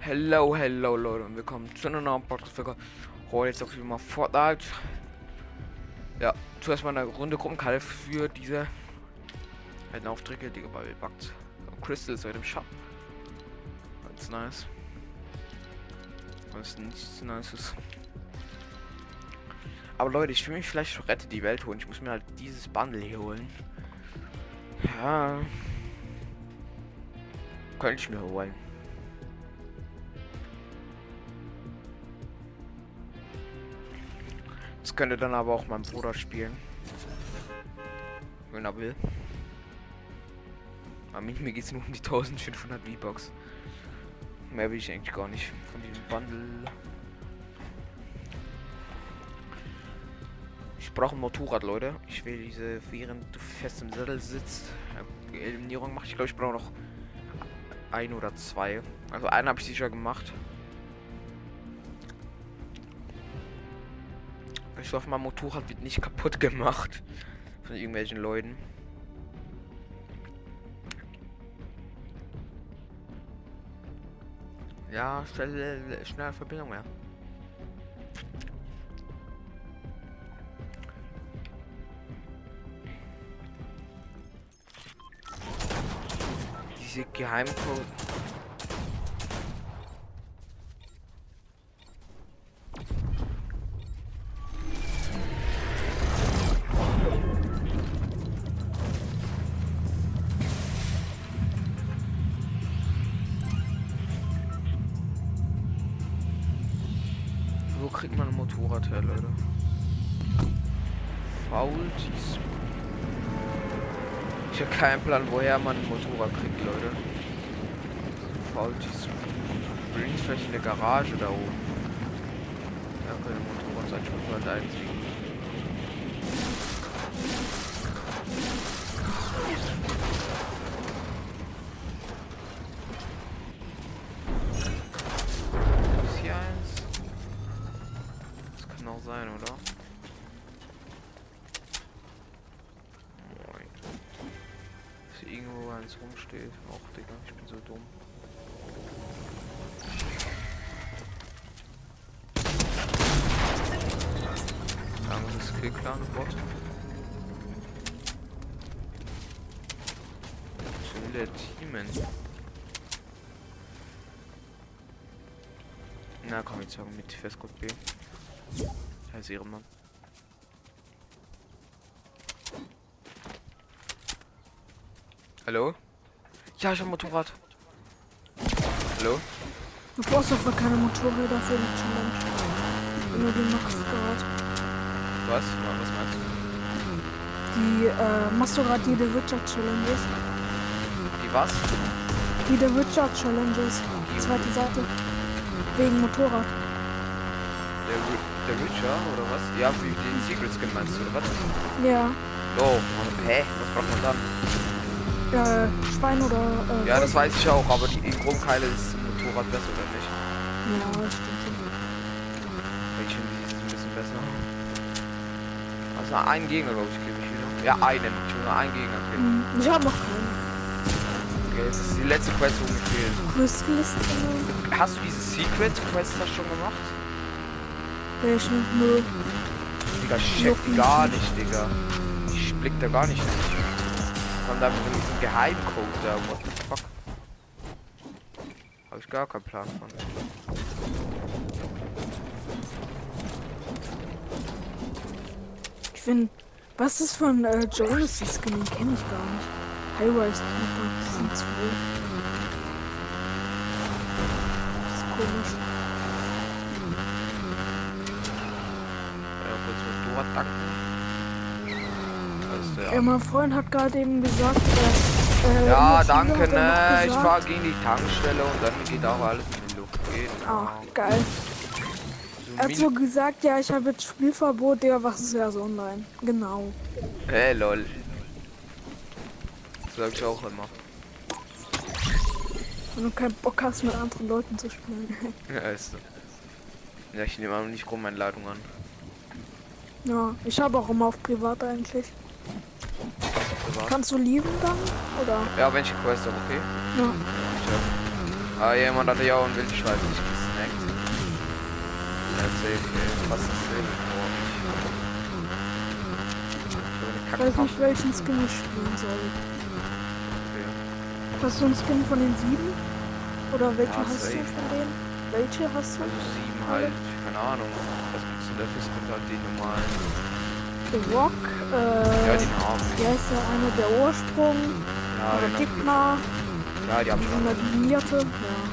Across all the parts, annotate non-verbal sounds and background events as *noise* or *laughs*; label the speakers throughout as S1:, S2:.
S1: Hello, hello Leute und willkommen zu einer neuen Podcast-Folge. Heute jetzt auch wieder mal Fortnite. Ja, zuerst mal eine Runde Gruppenkarte für diese alten Aufträge, die Bubble packt. Und Crystal ist heute im Shop. Ganz nice. Was nichts Nices. Aber Leute, ich will mich vielleicht für Rette die Welt holen. Ich muss mir halt dieses Bundle hier holen. Ja. Könnte ich mir holen. Das könnte dann aber auch mein Bruder spielen. Wenn er will. Aber mich, mir geht's nur um die 1500 V-Bucks. Mehr will ich eigentlich gar nicht von diesem Bundle. Ich brauche ein Motorrad, Leute. Ich will diese, während du fest im Sattel sitzt, äh, Eliminierung mache ich glaube ich brauche noch ein oder zwei. Also einen habe ich sicher gemacht. Ich hoffe, mein Motorrad wird nicht kaputt gemacht von irgendwelchen Leuten. Ja, schnell, schnell Verbindung mehr. Diese Geheimcode. Wo kriegt man ein Motorrad her, Leute? Faulties. Ich habe keinen Plan, woher man ein Motorrad kriegt, Leute. Faulties. Bringt's vielleicht in der Garage da oben. Da könnte ein Motorrad sein, ich muss halt eins liegen. Ist hier eins? Das kann auch sein, oder? Moin. Ist hier irgendwo eins rumsteht? Och, Digga, ich bin so dumm. Anderes Skillclan Bot. Schon der Teamen. Na komm, jetzt sagen mit Festcode B. Als Ehrenmann. Hallo? Ja, ich hab ein Motorrad. Hallo?
S2: Du brauchst doch wohl keine Motorräder für die Challenge. Nur die Max-Grad.
S1: Was? Was meinst du?
S2: Die äh, machst du gerade jede Witcher Challenges.
S1: Die was?
S2: Jede Witcher Challenges. Zweite Seite. Wegen Motorrad.
S1: Der, Ri- der Witcher oder was? Ja, wie den Secret Skin meinst du, oder was?
S2: Ja.
S1: Oh, hä? Was braucht man dann?
S2: Äh, Schwein oder. Äh,
S1: Ja, das weiß ich auch, aber die, die Chromkeile ist im Motorrad besser oder nicht?
S2: Ja, das stimmt schon.
S1: Weil ich finde, die ist ein bisschen besser. Also einen Gegner, glaube ich, gebe ich wieder. Ja, einen. Ich will nur einen Gegner kriegen.
S2: Hm, Ich hab noch keine.
S1: Okay, das ist die letzte Quest, wo mir fehlt.
S2: Crystal ist drin.
S1: Hast du diese Secret Quest da schon gemacht?
S2: Welche? Nö.
S1: Digga, ich check die gar nicht, Digga. Ich blick da gar nicht durch. Kommt einfach mit diesem Geheimcode da, what the fuck? Hab ich gar keinen Plan von. Äh,
S2: Ich find. Was ist von äh, Jonas Skin? Den kenn ich gar nicht. Highrise Trooper. Das sind zwei. Das ist komisch.
S1: Äh, kurz mit Dora danken. Das ist
S2: Ja,
S1: der.
S2: mein Freund hat gerade eben gesagt, dass. Äh,
S1: Ja,
S2: Maschine
S1: danke,
S2: hat er noch
S1: ne? Ich
S2: gesagt.
S1: fahr gegen die Tankstelle und dann geht auch alles in die Luft.
S2: Ah,
S1: Genau.
S2: geil. Er hat
S1: So
S2: so
S1: mini-
S2: gesagt, ja, ich habe jetzt Spielverbot, Digga, was ist ja so online? Genau.
S1: Hey, lol. Das sag ich auch immer.
S2: Wenn du keinen Bock hast, mit anderen Leuten zu spielen. *laughs*
S1: Ja, ist so. Ja, ich nehme aber nicht rum meine Ladung an.
S2: ja, ich habe auch immer auf Privat eigentlich.
S1: Privat.
S2: Kannst du lieben dann? Oder?
S1: Ja, wenn ich die Quest habe, okay?
S2: Ja.
S1: Ich hab- Ah, jemand hatte ja auch einen Wildschwein gesnackt. Let's see, ey, was ist das
S2: Ich
S1: denn? Oh, ich- ich hab eine
S2: weiß
S1: Kacke
S2: nicht, welchen Skin ich spielen soll.
S1: okay.
S2: Hast du einen Skin von den sieben? Oder welche
S1: Ja,
S2: hast du
S1: safe.
S2: von denen? Welche hast du?
S1: Also sieben halt, keine Ahnung. Was gibt's denn da für Skins halt die normalen?
S2: The Rock, äh,
S1: Ja, die haben.
S2: wie heißt der eine? Der Ursprung,
S1: Ja,
S2: oder
S1: die haben.
S2: Digma,
S1: Ja, die haben
S2: die
S1: schon alle.
S2: Kombinierte. Ja.
S1: Ich glaub,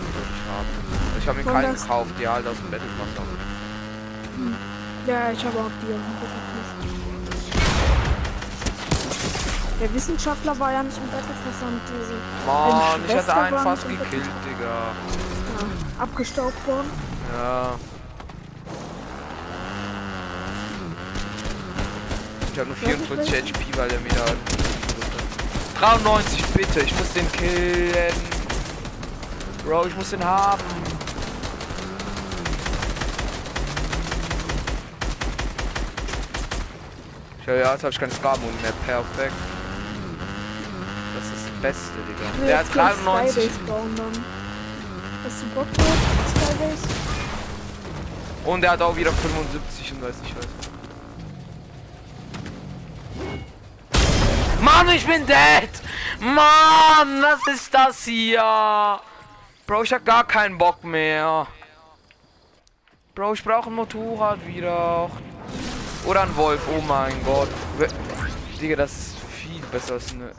S1: die würden ich haben. Ich habe mir
S2: Von
S1: keinen
S2: das-
S1: gekauft, die halt aus dem Battle Pass haben.
S2: ja, ich habe auch die. auch nicht. Der Wissenschaftler war ja nicht im Battle Pass und die sind
S1: Mann, ich hatte
S2: Schwester
S1: einen
S2: war
S1: fast
S2: mit dem
S1: gekillt, Digga.
S2: ja, abgestaubt worden.
S1: Ja. Ich habe nur
S2: Lass mich
S1: 44 HP, weil der mir da... 93 bitte, ich muss den killen. Bro, ich muss den haben. Ja, ja, jetzt habe ich keinen Skarmund mehr. Perfekt. Das ist das Beste, Digga. Der hat 93
S2: Skyways bauen dann. Hast du Bock drauf? Skyways?
S1: Und er hat auch wieder 75 und weiß nicht was. Mann, ich bin dead! Mann, was ist das hier? Bro, ich hab gar keinen Bock mehr. Bro, ich brauche ein Motorrad wieder. Oder ein Wolf, oh mein Gott. We- Digga, das ist viel besser als eine,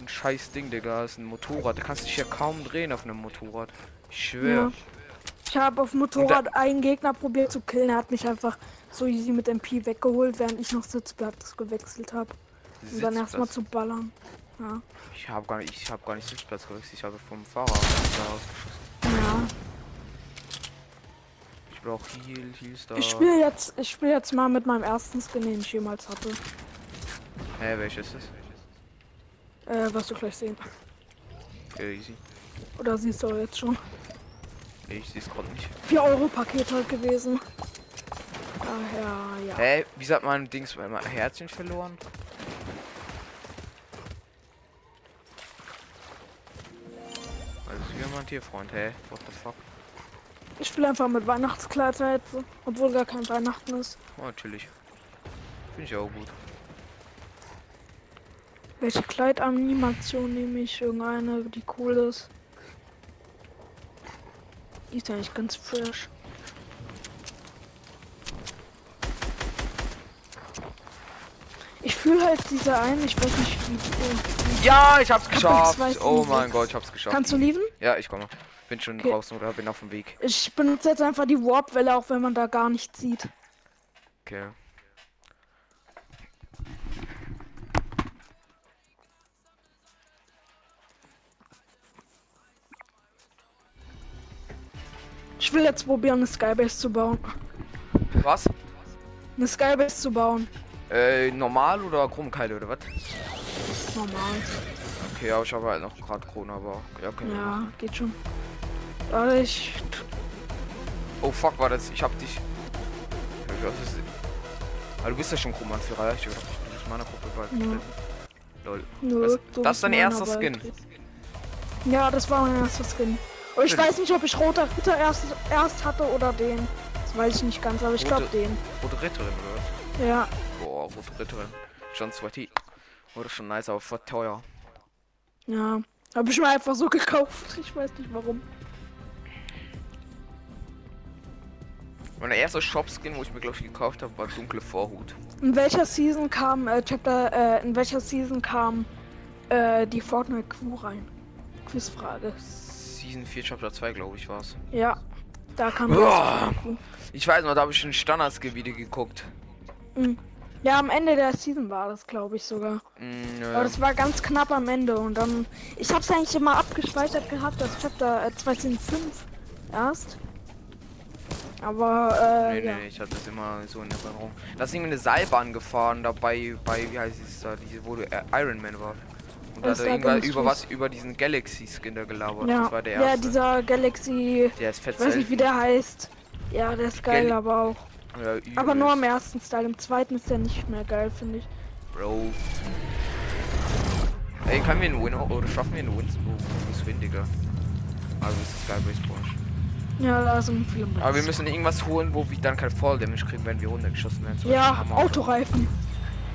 S1: ein scheiß Ding, Digga. Das ist ein Motorrad. Da kannst du dich ja kaum drehen auf einem Motorrad. Ich schwör.
S2: Ja. Ich habe auf dem Motorrad einen Gegner probiert zu killen. Er hat mich einfach so easy mit MP weggeholt, während ich noch Sitzplatz gewechselt habe. Und dann erstmal
S1: Sitzplatz.
S2: zu ballern. Ja.
S1: Ich habe gar nicht, ich habe gar nicht Sitzplatz gewechselt. Ich habe vom Fahrer ausgeschossen.
S2: ja.
S1: Ich brauche Heal, Heal Star.
S2: Ich spiele jetzt, ich spiele jetzt mal mit meinem ersten Skin, den ich jemals hatte.
S1: Hä, welches ist?
S2: Äh, was du gleich sehen.
S1: Okay, easy.
S2: Oder siehst du jetzt schon.
S1: Nee, ich sehe es gerade nicht.
S2: 4 Euro Paket halt gewesen. Daher, ja.
S1: Hä, wie hat mein Dings mein Herzchen verloren? Also ist jemand hier, Freund, hä? What the fuck?
S2: Ich spiele einfach mit Weihnachtskleid jetzt, obwohl gar kein Weihnachten ist.
S1: Oh, natürlich. Finde ich auch gut.
S2: Welche Kleidanimation nehme ich? Irgendeine, die cool ist. Die ist eigentlich ganz frisch. Ich fühle halt diese ein, ich weiß nicht wie. Oh.
S1: Ja, ich hab's
S2: Kapitel
S1: geschafft!
S2: 2,
S1: Oh
S2: Sieben,
S1: mein
S2: sechs.
S1: Gott, ich hab's geschafft.
S2: Kannst du lieben?
S1: Ja, ich komme. Bin schon
S2: Okay.
S1: draußen oder bin auf dem Weg.
S2: Ich benutze jetzt einfach die Warp-Welle, auch wenn man da gar nichts sieht.
S1: Okay.
S2: Ich will jetzt probieren, eine Skybase zu bauen.
S1: Was?
S2: Eine Skybase zu bauen.
S1: Äh, normal oder Chromkeile oder was?
S2: Normal.
S1: Okay, aber ich habe halt noch gerade Krone, aber ja, okay.
S2: Ja, geht schon. Aber ich.
S1: Oh fuck, war das? Ich hab dich. Ja, ich weiß, das ist... Ah, du bist ja schon Chromanführer, ja? Ich dachte, du bist meiner Gruppe beigetreten. Lol.
S2: Nö,
S1: Was-
S2: du
S1: das ist
S2: bist
S1: dein
S2: mein
S1: erster
S2: Arbeit.
S1: Skin?
S2: Ja, das war mein erster Skin. Und ich
S1: Schön.
S2: weiß nicht, ob ich Roter Ritter erst, erst hatte oder den. Das weiß ich nicht ganz, aber ich glaube
S1: Rote-
S2: den.
S1: Rote Ritterin, oder was?
S2: Ja,
S1: Boah, Rote Ritterin. Schon sweaty. Wurde schon nice, aber voll teuer.
S2: ja. Habe ich mir einfach so gekauft. *laughs* Ich weiß nicht warum.
S1: Mein erster Shop-Skin, wo ich mir, glaube ich, gekauft habe, war dunkle Vorhut.
S2: In welcher Season kam äh, Chapter, äh, in welcher Season kam äh, die Fortnite Crew rein? Quizfrage.
S1: Season 4, Chapter 2, glaube ich, war's.
S2: Ja, da kam
S1: Boah.
S2: die Fortnite Crew.
S1: Ich weiß noch, da habe ich in Standardsgebiete geguckt.
S2: Ja, am Ende der Season war das, glaube ich sogar.
S1: Mm,
S2: Aber
S1: äh,
S2: Oh, das war ganz knapp am Ende und dann. Ich hab's eigentlich immer abgespeichert gehabt, das Chapter äh, 2005 erst. Aber äh,
S1: Nee, nee,
S2: ja.
S1: nee, ich hatte das immer so in Erinnerung. Da ist irgendwie eine Seilbahn gefahren, dabei bei, wie heißt es da, diese, wo du äh, Iron Man war. Und da
S2: Das
S1: hat
S2: war
S1: er irgendwann
S2: ganz
S1: über
S2: süß.
S1: was, über diesen Galaxy-Skin da gelabert.
S2: ja.
S1: Das war der
S2: ja,
S1: erste.
S2: dieser Galaxy,
S1: der ist
S2: ich
S1: fett
S2: weiß nicht wie der heißt. Ja, der ist geil,
S1: Gal-
S2: aber auch.
S1: selten. Ja, übelst.
S2: Aber nur am ersten Style. Im zweiten ist der nicht mehr geil, finde ich.
S1: Bro. Ey, können wir einen Win oder schaffen wir einen Win? Oh, ist windiger. Also es ist Sky Baseball.
S2: Ja, da sind viele Bikes.
S1: Aber wir müssen irgendwas holen, wo wir dann kein Fall Damage kriegen, wenn wir runtergeschossen werden. Zum
S2: ja,
S1: Beispiel Hammer.
S2: Autoreifen.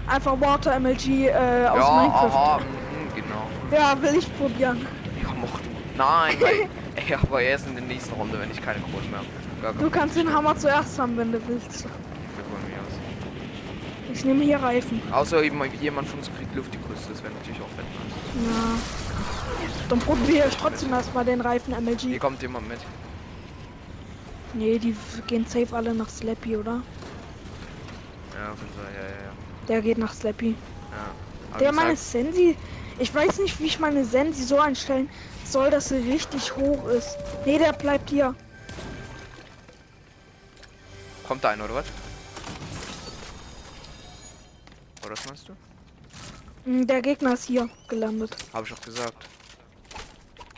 S2: Einfach Water MLG äh, aus
S1: Ja,
S2: Minecraft.
S1: aha, mhm, genau.
S2: Ja, will ich probieren.
S1: Ja, mach du. Nein,
S2: *laughs*
S1: weil, ey, aber erst in der nächsten Runde, wenn ich keine Kronen mehr habe. Gar
S2: Du
S1: kein
S2: kannst den Hammer zuerst haben, wenn du willst.
S1: Glück von mir aus.
S2: Ich nehme hier Reifen.
S1: Außer eben jemand von uns kriegt Luft, die Größte, das wäre natürlich auch fett. ne? nice.
S2: Ja. Dann probiere ich trotzdem erstmal den Reifen
S1: Hier
S2: MLG.
S1: kommt jemand mit.
S2: Nee, die f- gehen safe alle nach Slappy, oder?
S1: Ja, kann sein, ja, ja, ja.
S2: Der geht nach Slappy.
S1: ja. Aber
S2: Der
S1: ich
S2: meine
S1: sag-
S2: Sensi. Ich weiß nicht, wie ich meine Sensi so einstellen soll, dass sie richtig hoch ist. Nee, der bleibt hier.
S1: Kommt da einer, oder was? Oder was meinst du?
S2: Hm, Der Gegner ist hier gelandet.
S1: Habe ich doch gesagt.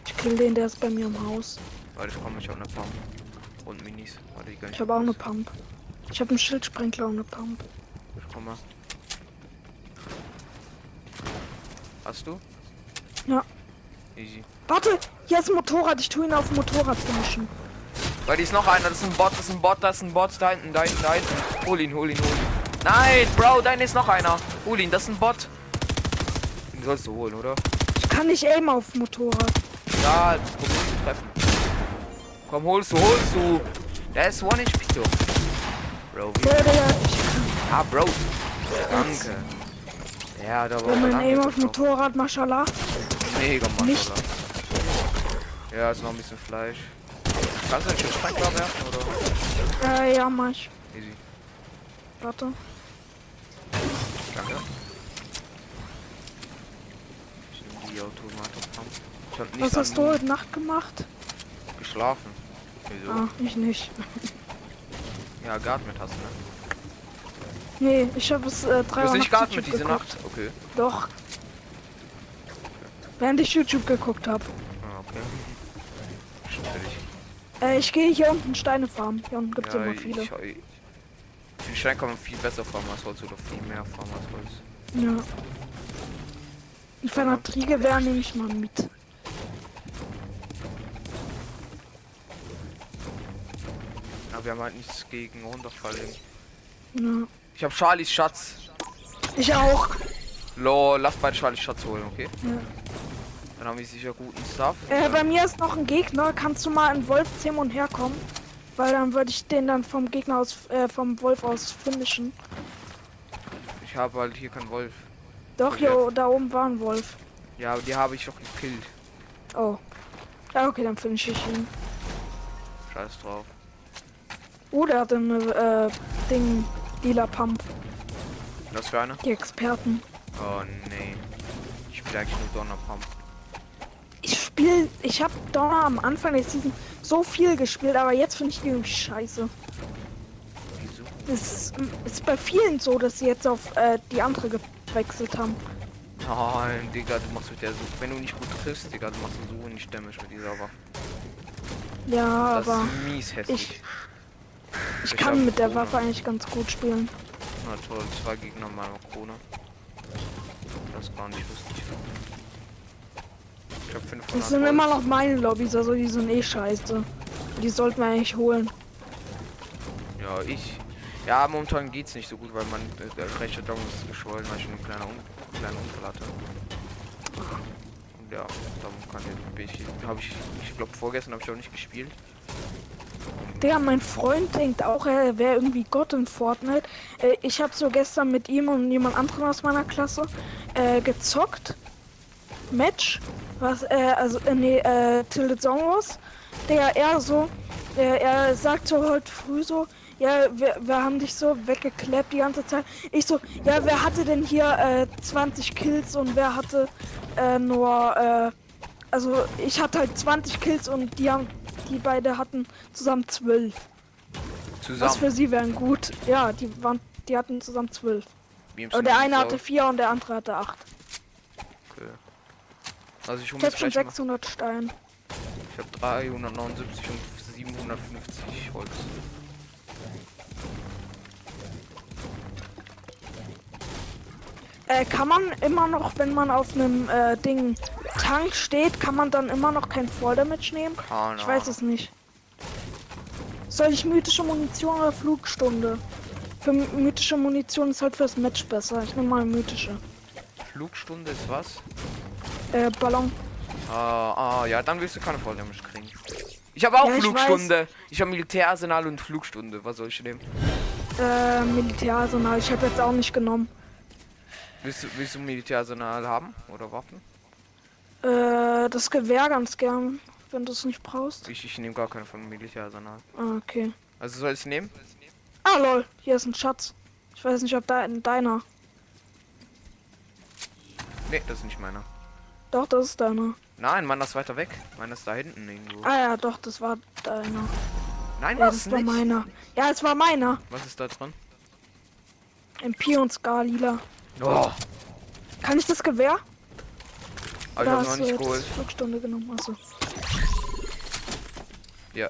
S2: Ich kill den, der ist bei mir im Haus.
S1: Warte, ich komme, ich habe eine Pump. Und Minis. Warte, die kann
S2: Ich habe auch eine Pump. Ich habe einen Schildsprenkler und eine Pump.
S1: Ich komme. Hast du?
S2: Ja.
S1: Easy.
S2: Warte, hier ist ein Motorrad. Ich tue ihn auf dem Motorrad finishen.
S1: Weil die ist noch einer, das ist ein Bot, das ist ein Bot, das ist ein Bot, da hinten, da hinten, da hinten. Hol ihn, hol ihn, hol ihn. Nein, Bro, dein ist noch einer. Hol ihn, das ist ein Bot. Den sollst du holen, oder?
S2: Ich kann nicht aimen auf dem Motorrad.
S1: Ja, probier ihn zu treffen. Komm, holst du, holst du. Der ist One HP doch. Bro, wie?
S2: Ja, Digga, ich
S1: Ah, Bro. Danke. Ja, da war
S2: kann mein
S1: Oh, danke,
S2: Aim auf dem
S1: Bro.
S2: Motorrad, mashallah.
S1: Mega Mann.
S2: Nicht.
S1: Alter. Ja, ist noch ein bisschen Fleisch. Kannst du den Schutzsprenger werfen oder?
S2: Äh, ja, mach ich.
S1: Easy.
S2: Warte.
S1: Danke. Ich nehm die Automaten. Ich hab nicht
S2: Was
S1: an
S2: hast du heute Nacht gemacht?
S1: geschlafen. Wieso?
S2: Ah, ich nicht.
S1: Ja, Gartmet hast du, ne?
S2: Nee, ich habe es äh,
S1: Du
S2: drei
S1: hast
S2: Uhr
S1: nicht
S2: nachts
S1: Gartmet
S2: YouTube
S1: diese
S2: geguckt.
S1: Nacht? Okay.
S2: Doch. Während ich YouTube geguckt habe.
S1: Ah, okay. Stimmt für dich.
S2: Äh, ich gehe hier unten Steine farmen. Hier unten gibt's
S1: Ja,
S2: immer
S1: ich,
S2: viele.
S1: ich, ich, den Stein kann man viel besser farmen als Holz oder viel mehr farmen als Holz.
S2: Ja. Ein Fanatriege wäre nehme ich mal mit.
S1: Aber wir haben halt nichts gegen runterfallen.
S2: Ja.
S1: Ich hab Charlies Schatz.
S2: Ich auch.
S1: Lol, lass beide Charlies Schatz holen, okay?
S2: Ja.
S1: Dann haben wir sicher guten Stuff.
S2: Äh, bei mir ist noch ein Gegner. Kannst du mal in Wolf Zimon herkommen? Weil dann würde ich den dann vom Gegner aus, äh, vom Wolf aus finishen.
S1: Ich habe halt hier keinen Wolf.
S2: Doch, hier da oben war ein Wolf.
S1: Ja, aber die habe ich doch gekillt.
S2: Oh. Ja, okay, dann finish ich ihn.
S1: Scheiß drauf.
S2: Oh, der hat eine, äh, Ding, lila Pump,
S1: Was für eine?
S2: die Experten.
S1: Oh nee. Ich spiele eigentlich nur Donnerpump.
S2: Ich spiel, ich hab Donner am Anfang der Season so viel gespielt, aber jetzt finde ich die irgendwie scheiße.
S1: Wieso?
S2: Es ist bei vielen so, dass sie jetzt auf äh, die andere gewechselt haben.
S1: Nein, Digga, du machst mit der so. Wenn du nicht gut triffst, Digga, du machst so nicht Damage mit dieser Waffe.
S2: Ja,
S1: Das
S2: aber
S1: ist mies hässlich.
S2: ich
S1: ich
S2: kann
S1: hab
S2: mit der
S1: Corona.
S2: Waffe eigentlich ganz gut spielen.
S1: Na toll, zwei Gegner meiner Krone. Das ist gar nicht lustig. Ich hab 500
S2: Das sind
S1: Holz.
S2: immer noch meine Lobbys, also die sind eh scheiße. Die sollten wir eigentlich holen.
S1: Ja, ich. Ja, momentan geht's nicht so gut, weil mein äh, der rechte Daumen ist geschwollen, weil ich einen kleinen, Un kleinen Unfall hatte. Und ja, darum kann ich. bin Ich, hab ich, ich glaube, vorgestern habe ich auch nicht gespielt.
S2: Der, mein Freund denkt auch, er wäre irgendwie Gott in Fortnite. Äh, ich habe so gestern mit ihm und jemand anderem aus meiner Klasse äh, gezockt. Match. Was, äh, also, äh, nee, äh, Tilted Song Wars. Der, er so, äh, er sagt so heute früh so, ja, wir, wir haben dich so weggekleppt die ganze Zeit. Ich so, ja, wer hatte denn hier äh, 20 Kills und wer hatte äh, nur, äh, also ich hatte halt 20 Kills und die haben, die beide hatten zusammen 12. Was
S1: Zusammen.
S2: für sie wären gut. Ja, die waren, die hatten zusammen 12.
S1: Wie im
S2: Aber Oh, der
S1: Sinne
S2: eine
S1: des
S2: hatte 4 und der andere hatte 8.
S1: Okay. Also ich hole
S2: Ich
S1: mir
S2: hab
S1: das
S2: schon
S1: gleich mal.
S2: 600 Steine.
S1: Ich habe 379 und 750 Holz.
S2: Äh, kann man immer noch, wenn man auf einem äh, Ding Tank steht, kann man dann immer noch kein Fall Damage nehmen?
S1: Keine
S2: Ich weiß
S1: Ahnung.
S2: es nicht. Soll ich mythische Munition oder Flugstunde? Für m- mythische Munition ist halt fürs Match besser. Ich nehme mal mythische.
S1: Flugstunde ist was?
S2: Äh, Ballon.
S1: Ah, ah, ja, dann wirst du keine Volldamage kriegen. Ich habe auch
S2: Ja, ich
S1: Flugstunde. Ich habe Militärarsenal und Flugstunde. Was soll ich nehmen?
S2: Äh, Militärarsenal. Ich habe jetzt auch nicht genommen.
S1: Willst du, willst du Militärarsenal haben? Oder Waffen?
S2: Äh, das Gewehr ganz gern, wenn du es nicht brauchst.
S1: Ich, ich nehme gar keine von Militärarsenal.
S2: Ah, okay.
S1: Also soll ich es nehmen?
S2: Ah, lol. Hier ist ein Schatz. Ich weiß nicht, ob da deiner.
S1: Nee, das ist nicht meiner.
S2: Doch, das ist deiner.
S1: Nein, meiner ist weiter weg. Meiner ist da hinten irgendwo.
S2: Ah ja, doch, das war deiner.
S1: Nein,
S2: Ja,
S1: was
S2: das war
S1: nicht?
S2: meiner. Ja, es war meiner.
S1: Was ist da drin?
S2: MP und Scar lila.
S1: Oh,
S2: Kann ich das Gewehr?
S1: aber ich habe
S2: Oder
S1: noch
S2: hast du
S1: nicht
S2: jetzt
S1: geholt.
S2: Flugstunde genommen. Also.
S1: Ja.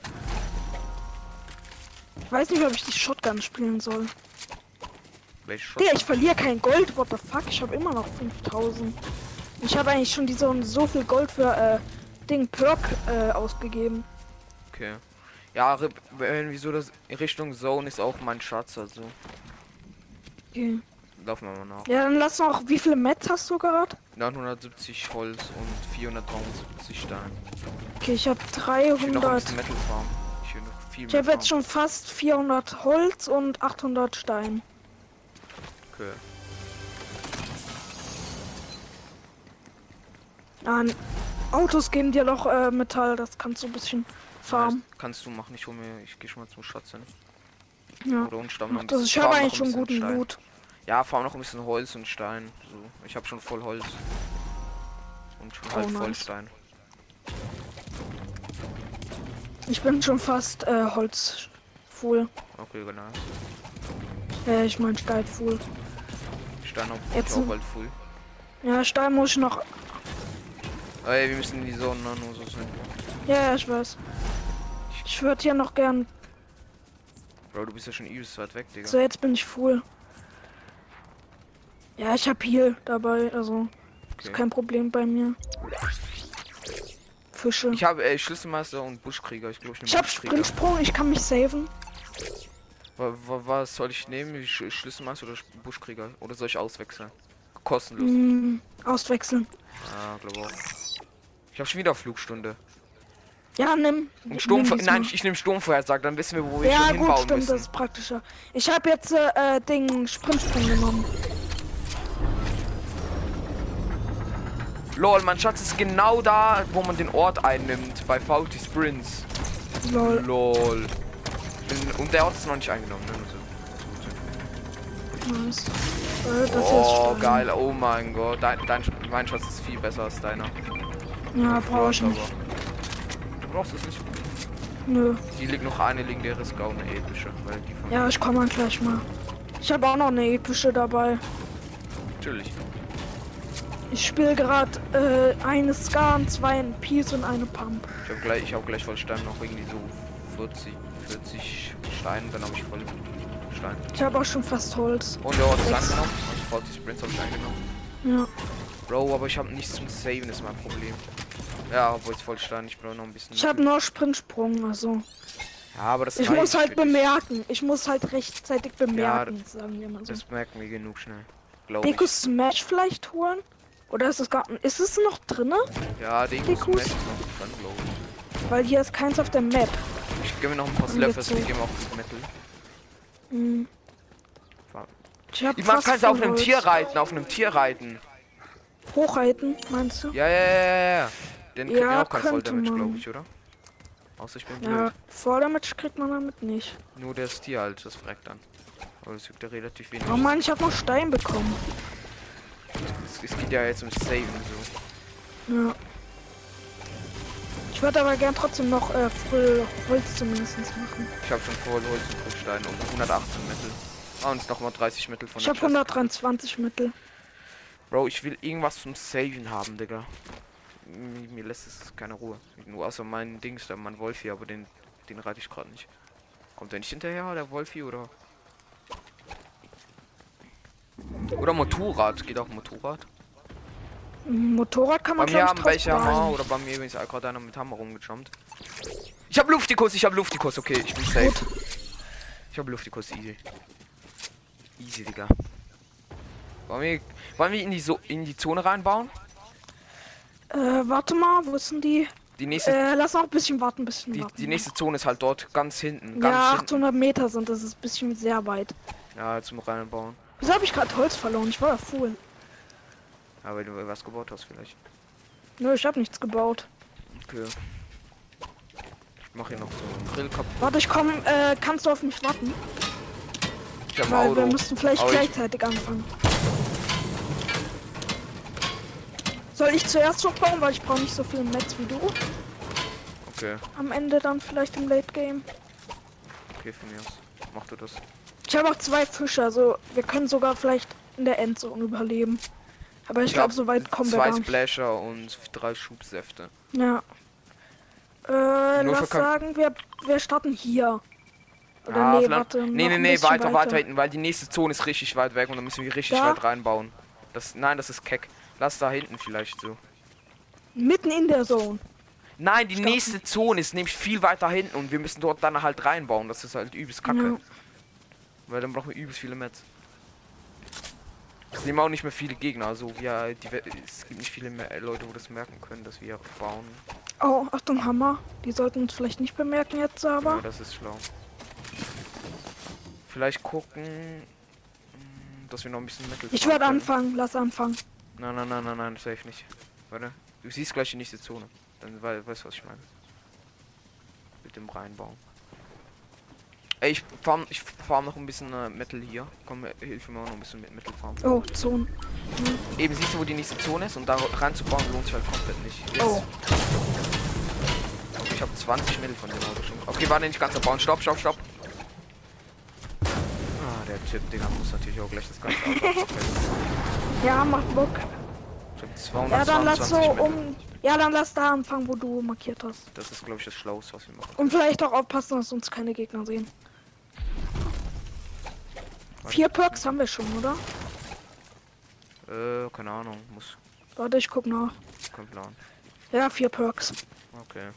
S2: Ich weiß nicht, ob ich die Shotgun spielen soll.
S1: Welche Schuss?
S2: Digga, ich verliere kein Gold. What the fuck? Ich habe immer noch 5000. Ich habe eigentlich schon diese, so viel Gold für äh, Ding Perk äh, ausgegeben.
S1: Okay. Ja, Rebellen, wieso das Richtung Zone ist auch mein Schatz, also.
S2: Okay.
S1: Laufen wir mal nach.
S2: Ja, dann lass noch. Wie viele Mets hast du gerade?
S1: 970 Holz und 473 Stein.
S2: Okay, ich habe
S1: Ich will noch ein
S2: 300.
S1: bisschen Metal farmen. Ich will noch viel
S2: Ich habe
S1: mehr
S2: jetzt schon fast 400 Holz und 800 Stein.
S1: farmen. Okay.
S2: Ah, n- Autos geben dir noch äh, Metall, das kannst du ein bisschen farmen.
S1: Ja, das kannst du machen, ich hole mir, ich gehe schon mal zum Schatz hin.
S2: Ja.
S1: Oder und stamm noch
S2: Mach
S1: ein
S2: das,
S1: bisschen-
S2: ich habe
S1: farm noch
S2: eigentlich
S1: ein
S2: schon
S1: bisschen
S2: guten
S1: Stein.
S2: Loot.
S1: Ja, fahr noch ein bisschen Holz und Stein. So, ich habe schon voll Holz. Und schon halb voll
S2: Oh, nice.
S1: Stein.
S2: Ich bin schon fast äh, Holz full.
S1: Okay, genau.
S2: Äh, ich mein Stein full.
S1: Stein auf
S2: Jetzt
S1: ich
S2: sind-
S1: auch bald full.
S2: Ja, Stein muss ich noch.
S1: Ey, wir müssen in die Sonne, ne? nur so sein.
S2: Ja, ja, ich weiß. Ich würde hier noch gern.
S1: Bro, du bist ja schon übelst weit weg, Digga.
S2: So, jetzt bin ich full. Ja, ich habe Heal dabei, also ist
S1: Okay.
S2: kein Problem bei mir. Fische.
S1: Ich habe äh, Schlüsselmeister und Buschkrieger. Ich glaube, ich
S2: Ich
S1: nehme
S2: habe
S1: Buschkrieger.
S2: Sprintsprung, ich kann mich saven.
S1: Wa wa was soll ich nehmen? Sch Schlüsselmeister oder Sch Buschkrieger? Oder soll ich auswechseln? Kostenlos.
S2: Hm, auswechseln.
S1: Ah, glaube auch. Ich habe schon wieder Flugstunde.
S2: Ja, nimm.
S1: Und
S2: nimm
S1: Sturmver
S2: diesmal.
S1: Nein, ich, ich nehme Sturmvorhersage, dann wissen wir, wo wir
S2: Ja,
S1: schon
S2: gut,
S1: hinbauen
S2: stimmt, das
S1: müssen.
S2: ist praktischer. Ich habe jetzt äh, äh, Ding Sprintsprung genommen.
S1: Lol, mein Schatz ist genau da, wo man den Ort einnimmt, bei Faulty Sprints.
S2: Lol.
S1: Lol. Ich Bin, und der Ort ist noch nicht eingenommen, ne? Nur so-
S2: Nice. Äh, das hier ist
S1: Oh,
S2: Stein.
S1: geil, oh mein Gott. Dein, dein, mein Schatz ist viel besser als deiner.
S2: Ja, brauche ich nicht.
S1: Du brauchst es nicht.
S2: Nö.
S1: Die liegt noch eine legendäre Scout, eine epische. Weil die von
S2: Ja, ich komme dann gleich mal. Ich habe auch noch eine epische dabei.
S1: Natürlich.
S2: Ich spiele gerade äh, eine Scar, und zwei in Peace und eine Pump.
S1: Ich habe gleich, ich hab gleich voll Stein, noch irgendwie so 40, 40 Steine, dann habe ich voll Stein.
S2: Ich habe auch schon fast Holz.
S1: Und der Ort ist
S2: Sechs.
S1: angenommen. Also Ich brauche die Sprints habe ich eingenommen.
S2: Ja.
S1: Bro, aber ich habe nichts zum Saven, ist mein Problem. Ja, obwohl es voll Stein, ich brauche noch ein bisschen.
S2: Ich habe nur Sprintsprung, also.
S1: ja, aber das
S2: Ich
S1: reicht
S2: muss halt
S1: für dich.
S2: bemerken. Ich muss halt rechtzeitig bemerken, sagen wir mal so.
S1: Das merken wir genug schnell. Glaube
S2: Deko
S1: ich.
S2: Smash vielleicht holen? Oder ist es gar Ist es noch drinne?
S1: Ja, Dekus.
S2: Dekus.
S1: Dekus. Dann glaube ich.
S2: Weil hier ist keins auf der Map.
S1: Ich gebe mir noch ein paar Slurfers, wir geben auch das Metal.
S2: Hm.
S1: Fuck.
S2: Ich hab
S1: Ich mag
S2: fast
S1: kannst du auf
S2: voll
S1: einem
S2: Holz.
S1: Tier reiten, auf einem Tier reiten.
S2: Hochreiten, meinst du?
S1: Ja, ja, ja, ja, ja. Den kriegt
S2: Ja,
S1: ja auch kein
S2: könnte
S1: Volldamage,
S2: man.
S1: glaube ich, oder? Außer ich bin
S2: Ja,
S1: blöd.
S2: Vordamage kriegt man damit nicht.
S1: Nur das Tier halt, das fragt dann. Aber es gibt ja relativ wenig.
S2: Oh Mann, ich hab noch Stein bekommen.
S1: Es, es geht ja jetzt um Saven so.
S2: Ja. Ich würde aber gern trotzdem noch äh, voll Holz zumindest machen.
S1: Ich habe schon voll Holz und voll Steine und 118 Metal. Ah, und nochmal 30 Metal von
S2: Ich
S1: der
S2: habe
S1: Chest.
S2: 123 Mittel.
S1: Bro, ich will irgendwas zum Saven haben, Digga. Mir, mir lässt es keine Ruhe. Nur außer meinen Dings, da mein Wolfi, aber den, den reite ich gerade nicht. Kommt der nicht hinterher, der Wolfi, oder? Oder Motorrad, geht auch Motorrad.
S2: Motorrad kann
S1: Bei
S2: man
S1: mir
S2: glaub ich,
S1: haben welche
S2: drauf
S1: Hammer
S2: fahren.
S1: oder bei mir ist gerade einer mit Hammer rumgejumpt. Ich hab Luftikus, ich hab Luftikus, okay, ich bin safe. Ich hab Luftikus, easy. Easy, Digga. Wollen wir, wollen wir in die, so in die Zone reinbauen?
S2: Äh, warte mal, wo ist denn die?
S1: Die nächste,
S2: Äh, lass noch ein bisschen warten, ein bisschen
S1: die,
S2: warten.
S1: die nächste Zone ist halt dort ganz hinten. Ganz
S2: ja,
S1: hinten.
S2: 800 Meter sind, das ist ein bisschen sehr weit.
S1: Ja, zum Reinbauen.
S2: Wieso habe ich gerade Holz verloren? Ich war ja fool.
S1: Ja, weil du was gebaut hast vielleicht.
S2: Nö, ich habe nichts gebaut.
S1: Okay. Ich mach hier noch so einen Grill kaputt.
S2: Warte, ich komme. Äh, kannst du auf mich warten?
S1: Ich hab ein
S2: Weil wir
S1: Auto.
S2: müssen vielleicht
S1: Aber ich-
S2: gleichzeitig anfangen. Soll ich zuerst schon bauen, weil ich brauche nicht so viel Metz wie du.
S1: Okay,
S2: Am Ende dann vielleicht im Late Game.
S1: okay, von mir aus. Mach du das.
S2: Ich habe auch zwei Fische, also wir können sogar vielleicht in der Endzone überleben. Aber ich glaube, so weit kommen wir
S1: Zwei
S2: gar nicht.
S1: Splasher und drei Schubsäfte.
S2: Ja. Äh,
S1: Nur für
S2: lass
S1: Kap-
S2: sagen, wir, wir starten hier. Oder
S1: Ah,
S2: nee,
S1: vielleicht-
S2: warte.
S1: nee,
S2: noch
S1: nee,
S2: ein
S1: nee,
S2: bisschen
S1: weiter, weiter, hinten, weil die nächste Zone ist richtig weit weg und dann müssen wir richtig
S2: Da?
S1: weit reinbauen. Das, nein, das ist keck. Lass da hinten vielleicht so.
S2: Mitten in der Zone.
S1: Nein, die
S2: glaub
S1: nächste Zone ist nämlich viel weiter hinten und wir müssen dort dann halt reinbauen. Das ist halt übelst kacke.
S2: Ja.
S1: Weil dann brauchen wir übelst viele Mets. Es nehmen auch nicht mehr viele Gegner, also wir, die, We- es gibt nicht viele mehr äh, Leute, wo das merken können, dass wir bauen.
S2: Oh, Achtung, Hammer. Die sollten uns vielleicht nicht bemerken jetzt, aber.
S1: Ja, das ist schlau. Vielleicht gucken, mm, dass wir noch ein bisschen Metal
S2: Ich
S1: farmen
S2: werde
S1: können.
S2: anfangen, lass anfangen.
S1: Nein, nein, nein, nein, nein, safe nicht. Warte, du siehst gleich die nächste Zone. Dann we weißt du, was ich meine. Mit dem reinbauen. Ey, ich farm, ich farm noch ein bisschen äh, Metal hier. Komm, äh, hilf mir auch noch ein bisschen mit Metal farmen.
S2: Oh, Zone.
S1: Eben siehst du, wo die nächste Zone ist und da reinzubauen lohnt sich halt komplett nicht. Jetzt.
S2: Oh.
S1: Ich habe 20 Mittel von dem Auto schon. Okay, war nicht ganz erbauen. Stopp, stopp, stopp. Ah, der Typ, Digga, muss natürlich auch gleich das ganze Auto.
S2: *laughs*
S1: abfackeln.
S2: Ja, macht Bock.
S1: Ich hab
S2: Ja, dann lass so
S1: 222 Mittel.
S2: um. Ja, dann lass da anfangen, wo du markiert hast.
S1: Das ist, glaube ich, das Schlauste, was wir machen.
S2: Und vielleicht auch aufpassen, dass uns keine Gegner sehen. Vier Perks haben wir schon, oder?
S1: Äh, keine Ahnung, muss.
S2: Warte, ich guck nach.
S1: Kein Plan.
S2: Ja, vier Perks.
S1: Okay.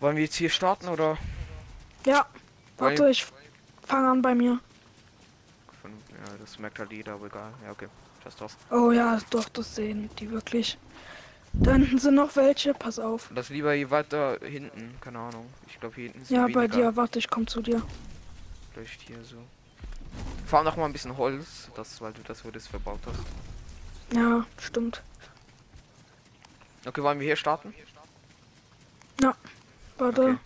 S1: Wollen wir jetzt hier starten oder?
S2: Ja.
S1: Weil-
S2: Warte, ich fange an bei mir.
S1: Von- Ja, das merkt halt jeder, aber egal. Ja, okay. Just das.
S2: Oh ja, doch, das sehen die wirklich. Da hinten sind noch welche, pass auf.
S1: Das lieber hier weiter hinten, keine Ahnung. Ich glaube, hier hinten sind
S2: Ja, bei
S1: weniger.
S2: dir, warte, ich komm zu dir.
S1: Vielleicht hier so. Fahr noch mal ein bisschen Holz, das, weil du das, wo du es verbaut hast.
S2: Ja, stimmt.
S1: Okay, wollen wir hier starten?
S2: Warte.
S1: Okay.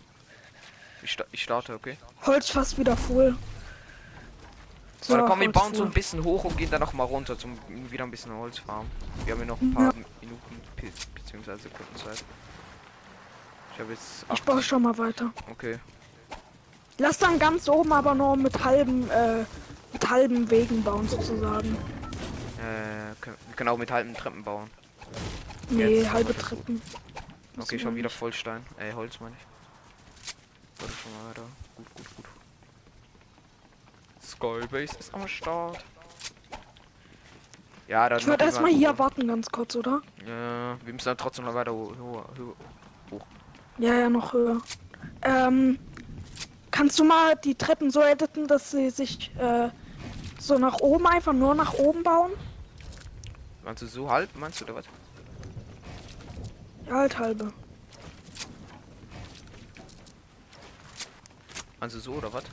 S1: Ich, sta ich starte, okay?
S2: Holz fast wieder voll.
S1: So, Warte, komm, wir
S2: Holz
S1: bauen so
S2: voll.
S1: ein bisschen hoch und gehen dann noch mal runter, zum wieder ein bisschen Holz farmen. Wir haben hier noch ein paar Minuten be- beziehungsweise Sekunden Zeit. Ich habe jetzt
S2: Ich baue
S1: 80.
S2: schon mal weiter.
S1: Okay,
S2: Lass dann ganz oben aber nur mit halben, äh, mit halben Wegen bauen sozusagen.
S1: äh, können, wir können auch mit halben Treppen bauen.
S2: Nee,
S1: Jetzt,
S2: halbe
S1: aber das-
S2: Treppen.
S1: Okay,
S2: Müssen
S1: schon
S2: wir
S1: wieder
S2: nicht.
S1: Vollstein. Äh, Holz meine ich. Warte schon mal weiter. Gut, gut, gut. Skybase ist am Start. Ja, dann.
S2: Ich würde
S1: Also noch
S2: erstmal
S1: über-
S2: hier warten ganz kurz, oder?
S1: Äh, wir müssen dann trotzdem noch weiter ho ho ho
S2: Ja, ja, noch höher. Ähm, kannst du mal die Treppen so editen, dass sie sich äh, so nach oben einfach nur nach oben bauen?
S1: Meinst du so halb? Meinst du oder was?
S2: Ja, halt halbe.
S1: Meinst du so oder was?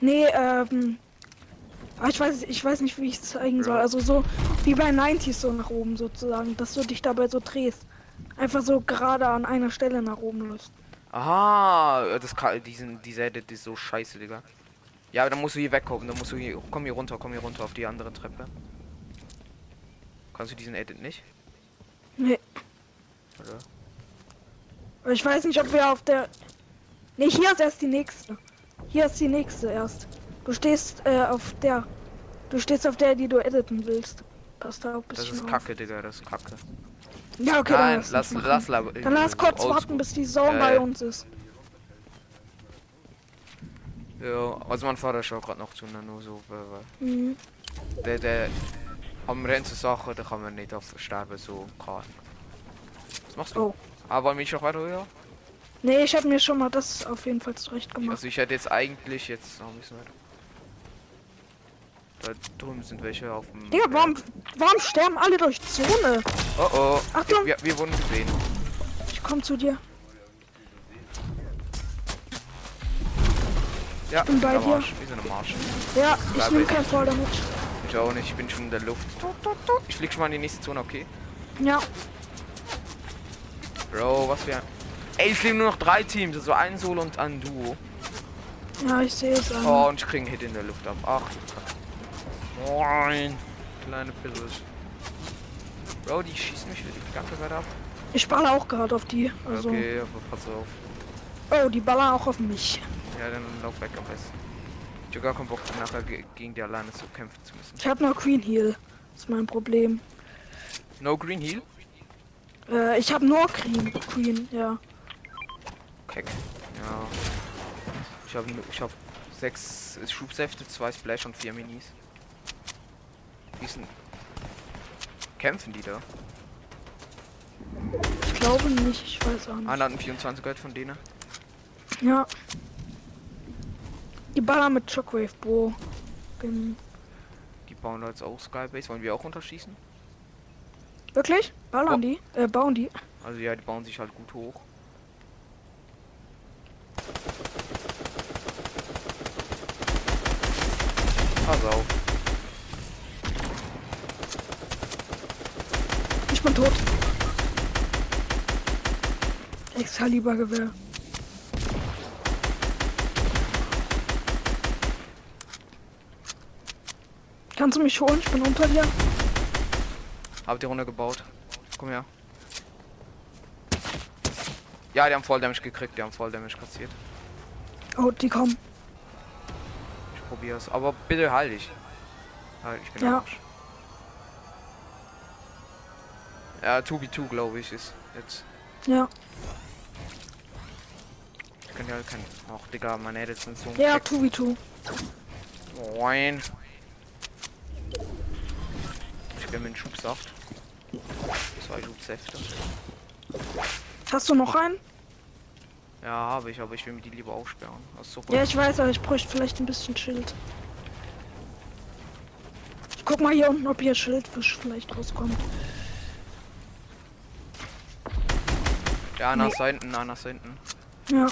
S2: Nee, ähm. ah, Ich weiß, ich weiß nicht, wie ich es zeigen soll.
S1: Ja.
S2: Also so wie bei 90s so nach oben sozusagen, dass du dich dabei so drehst. Einfach so gerade an einer Stelle nach oben läufst.
S1: Aha, das kann, diesen, diese Edit ist so scheiße, Digga. Ja, aber dann musst du hier wegkommen, dann musst du hier, komm hier runter, komm hier runter auf die andere Treppe. Kannst du diesen Edit nicht?
S2: Nee.
S1: Oder?
S2: Aber Ich weiß nicht, ob wir auf der. Nee, hier ist erst die nächste. Hier ist die nächste erst. Du stehst äh, auf der. Du stehst auf der, die du editen willst. Passt da auch ein
S1: Das
S2: bisschen
S1: ist
S2: auf.
S1: kacke, Digga, das ist kacke.
S2: Ja, okay,
S1: Nein,
S2: dann
S1: lass,
S2: lass, lass,
S1: lass, Äh, lass
S2: dann lass kurz warten, bis die
S1: Ja,
S2: Zone bei
S1: ja.
S2: uns ist.
S1: Ja, also mein Vater schaut gerade noch zu, ne, nur so, weil, weil.
S2: Mhm.
S1: Der, der. Haben wir so Sachen, da kann man nicht auf Sterben so Karten. Was machst du?
S2: Oh.
S1: Aber mich auch weiter, ja?
S2: Nee, ich habe mir schon mal das auf jeden Fall zurecht gemacht.
S1: Also ich hätte jetzt eigentlich jetzt noch ein bisschen weiter. Da drüben sind welche auf dem.
S2: Digga, warum, warum sterben alle durch Zone?
S1: Oh oh.
S2: Achtung!
S1: Wir, wir wurden gesehen.
S2: Ich komm zu dir.
S1: Ja,
S2: bin bei
S1: am
S2: dir.
S1: Arsch. Wir sind am Arsch.
S2: Ja, ich
S1: Bleib
S2: nehme
S1: bitte.
S2: kein Fall damit.
S1: Ich auch nicht, ich bin schon in der Luft. Tok, tok, tok. Ich flieg schon mal in die nächste Zone, okay?
S2: Ja,
S1: Bro, was für ein. Ey, es leben nur noch drei Teams, also ein Solo und ein Duo.
S2: ja, ich sehe es. an.
S1: Oh, und ich krieg einen Hit in der Luft ab. Ach du Kacke. Moin. Kleine Pisse. Bro, die schießen mich die ganze Zeit ab.
S2: Ich baller auch gerade auf die. Also.
S1: Okay, aber pass auf.
S2: Oh, die ballern auch auf mich.
S1: Ja, dann lauf weg am besten. Ich hab gar keinen Bock, nachher ge- gegen die alleine zu kämpfen zu müssen.
S2: Ich habe noch Green Heal. Ist mein Problem.
S1: No Green Heal?
S2: Äh, ich habe nur Green. Green, ja.
S1: Keck. Ja. Ich habe ich hab sechs Schubsäfte, zwei Splash und vier Minis. Wie sind. Kämpfen die da?
S2: Ich glaube nicht, ich weiß auch nicht.
S1: Einer Ah, hat einen 24 gehört von denen.
S2: Ja. Die ballern mit Shockwave, Bro. Bin-
S1: Die bauen da jetzt auch Skybase. Wollen wir auch runterschießen?
S2: Wirklich?
S1: Oh.
S2: Ballern die? Äh, bauen die?
S1: Also ja, die bauen sich halt gut hoch. Pass auf.
S2: Ich bin tot. Excalibur Gewehr. Kannst du mich holen? Ich bin unter dir.
S1: Habt ihr runtergebaut? Komm her. Ja, die haben Fall Damage gekriegt, die haben Fall Damage kassiert.
S2: Oh, die kommen.
S1: Ich probier's. Aber bitte heil dich. Heil, ich bin am
S2: Ja.
S1: Arsch. Ja, 2v2 glaube ich ist jetzt.
S2: Ja.
S1: Ich kann ja halt kein. Ach Digga, meine Edits sind so.
S2: Ja, 2v2.
S1: Moin. Ich bin mit dem Schubsaft. Zwei Schubsäfte.
S2: Hast du noch einen?
S1: Ja, habe ich, aber ich will mir die lieber aufsperren. Aus Suppe.
S2: Ja, ich weiß, aber ich bräuchte vielleicht ein bisschen Schild. Ich guck mal hier unten, ob hier Schildfisch vielleicht rauskommt.
S1: Ja, einer
S2: Nee.
S1: ist da hinten, einer ist da hinten.
S2: Ja.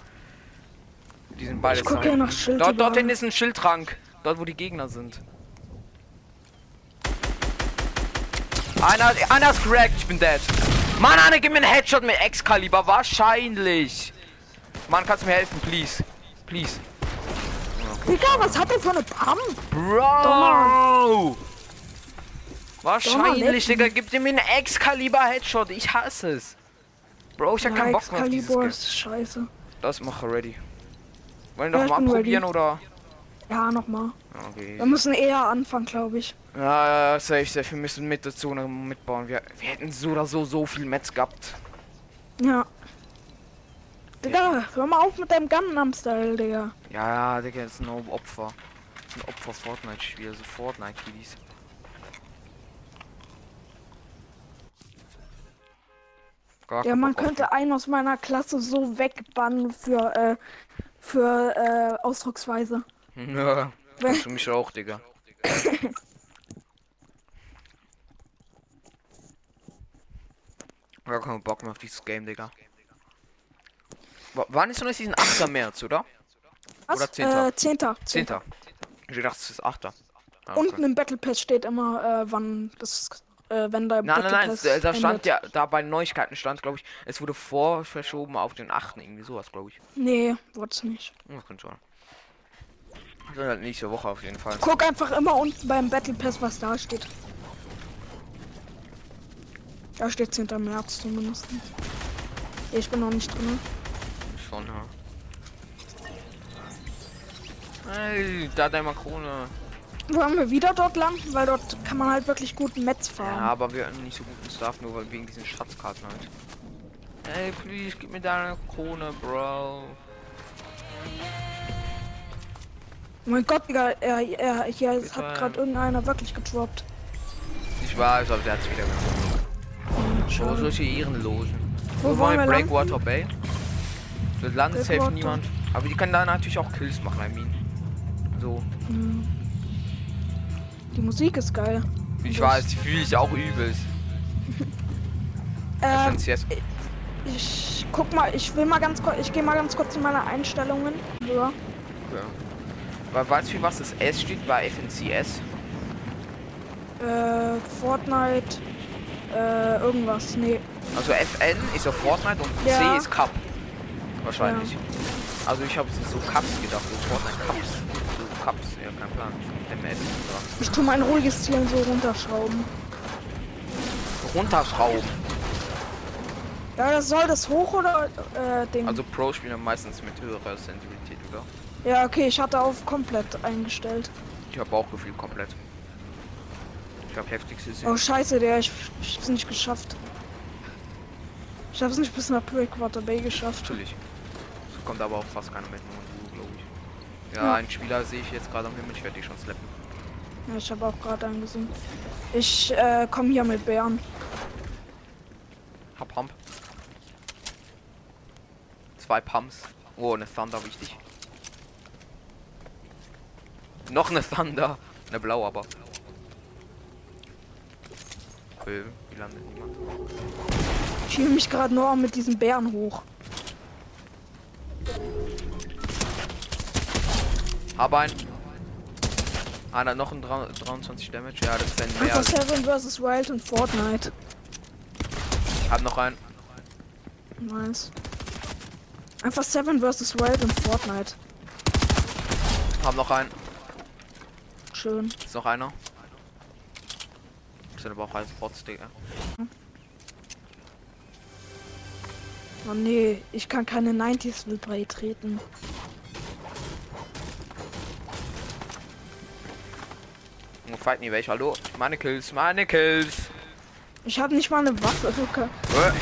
S1: Die sind beide
S2: Ich gucke
S1: da
S2: ja
S1: hinten.
S2: nach Schild.
S1: Dort, dort
S2: überall.
S1: hinten ist ein Schildtrank. Dort, wo die Gegner sind. Einer, einer ist cracked, ich bin dead. Mann, Anne, gib mir einen Headshot mit Excalibur, wahrscheinlich. Mann, kannst du mir helfen, please? Please.
S2: Digga, was hat der für eine Pump?
S1: Bro!
S2: Donner.
S1: Wahrscheinlich,
S2: Donnerwetten.
S1: Digga, gib dir mir einen Excalibur-Headshot, ich hasse es. Bro, ich hab keinen Bock mehr auf dieses
S2: Excalibur
S1: Game.
S2: ist scheiße.
S1: Das mach ready. Wollen
S2: Ja,
S1: wir
S2: ich
S1: doch mal
S2: bin
S1: probieren, oder?
S2: Ja, nochmal.
S1: Okay.
S2: Wir müssen eher anfangen, glaube ich.
S1: Ja, safe, safe. Wir müssen mit dazu noch mitbauen. Wir, wir hätten so oder so so viel Metz gehabt.
S2: Ja. Digga, hör mal auf mit deinem Gundam-Style, Digga.
S1: Ja, ja, Digga, das ist ein Opfer. Das ist Ein Opfer Fortnite-Spiel, also Fortnite-Kiddies. Gar
S2: Ja,
S1: keinen
S2: man
S1: Bock auf
S2: könnte einen aus meiner Klasse so wegbannen für, äh, für, äh, Ausdrucksweise.
S1: die- *laughs* Ja, kannst du mich auch, Digga. Gar keinen Bock mehr auf dieses Game, Digga. W wann ist denn das diesen 8. März, oder?
S2: Was?
S1: Oder Zehnter.
S2: Äh, Zehnter.
S1: Zehnter. Ich dachte, es ist Achter. Ah, okay.
S2: Unten im Battle Pass steht immer, äh, wann das, äh, wenn der
S1: Nein, nein, nein,
S2: Pass
S1: es- äh, da stand
S2: endet.
S1: ja, da bei Neuigkeiten stand, glaube ich, es wurde vorverschoben auf den 8. irgendwie sowas, glaube ich.
S2: Nee, wurd's nicht.
S1: Das könnte schon. Das ist halt nächste Woche auf jeden Fall.
S2: Guck einfach immer unten beim Battle Pass, was da steht. Da steht 10. März zumindest. Ich bin noch nicht drin.
S1: Schon, ja. Ey, da deine Krone.
S2: Wollen wir wieder dort lang? Weil dort kann man halt wirklich gut Metz
S1: Ja,
S2: fahren.
S1: aber wir hatten nicht so guten Staff, nur weil wegen diesen Schatzkarten halt. Ey, please, gib mir deine Krone, Bro.
S2: Oh Mein Gott, Digga, er, er, hier es hat
S1: Goodbye.
S2: gerade irgendeiner wirklich gedroppt.
S1: Ich weiß, aber der hat's wieder gemacht. Wo
S2: Schade.
S1: soll ich hier ihren losen?
S2: Wo
S1: wir
S2: wollen wir landen?
S1: Breakwater Bay. Das landet safe
S2: Breakwater.
S1: niemand. Aber die können da natürlich auch Kills machen, I mean. So.
S2: Hm. Die Musik ist geil.
S1: Ich
S2: Das-
S1: weiß, die fühle ich auch übelst.
S2: Ähm,
S1: Wenn's jetzt.
S2: ich guck mal, ich will mal ganz kurz, ich gehe mal ganz kurz in meine Einstellungen. Ja.
S1: Ja. Weil weißt du, wie was das S steht bei FNCS?
S2: Äh, Fortnite, äh, irgendwas. Nee.
S1: Also FN ist auf Fortnite und
S2: Ja.
S1: C ist Cup. Wahrscheinlich. Also ich habe so Cups gedacht, so Fortnite Cups. So Cups, ja, kein Plan. MS. oder
S2: Ich tu mein ruhiges Ziel so runterschrauben.
S1: so. Runterschrauben.
S2: Ja, das soll das hoch oder äh, Ding?
S1: Also Pro-Spieler meistens mit höherer Sensibilität, oder?
S2: ja, okay, ich hatte auf komplett eingestellt.
S1: Ich habe Bauchgefühl komplett. Ich habe heftigste
S2: Oh
S1: Sinn.
S2: scheiße, der, ich, ich hab's nicht geschafft. Ich hab's nicht bis nach Breakwater Bay geschafft.
S1: Natürlich. Es kommt aber auch fast keiner mit, nur du, glaube ich. Ja,
S2: Ja.
S1: einen Spieler sehe ich jetzt gerade am Himmel, ich werde dich schon slappen.
S2: Ja, ich habe auch gerade angesehen. Ich äh, komme hier mit Bären.
S1: Hab Pump. Zwei Pumps. Oh, eine Thunder, wichtig. Noch eine Thunder. Eine blaue aber. Äh, wie landet niemand?
S2: Ich fühle mich gerade nur mit diesen Bären hoch.
S1: Hab ein. Einer noch ein drei- 23 Damage. Ja, das ist ein
S2: Einfach
S1: mehr.
S2: Seven vs. Wild und Fortnite.
S1: Hab noch einen.
S2: Nice. Einfach Seven vs. Wild und Fortnite.
S1: Hab noch einen.
S2: Schön.
S1: Ist noch einer. Das sind aber auch alles Bots, Digga.
S2: Oh nee, ich kann keine 90s Vibrate treten.
S1: Und fight nie welche. Hallo? Meine Kills, meine Kills.
S2: Ich habe nicht mal eine Waffe. *laughs* Okay.
S1: Äh.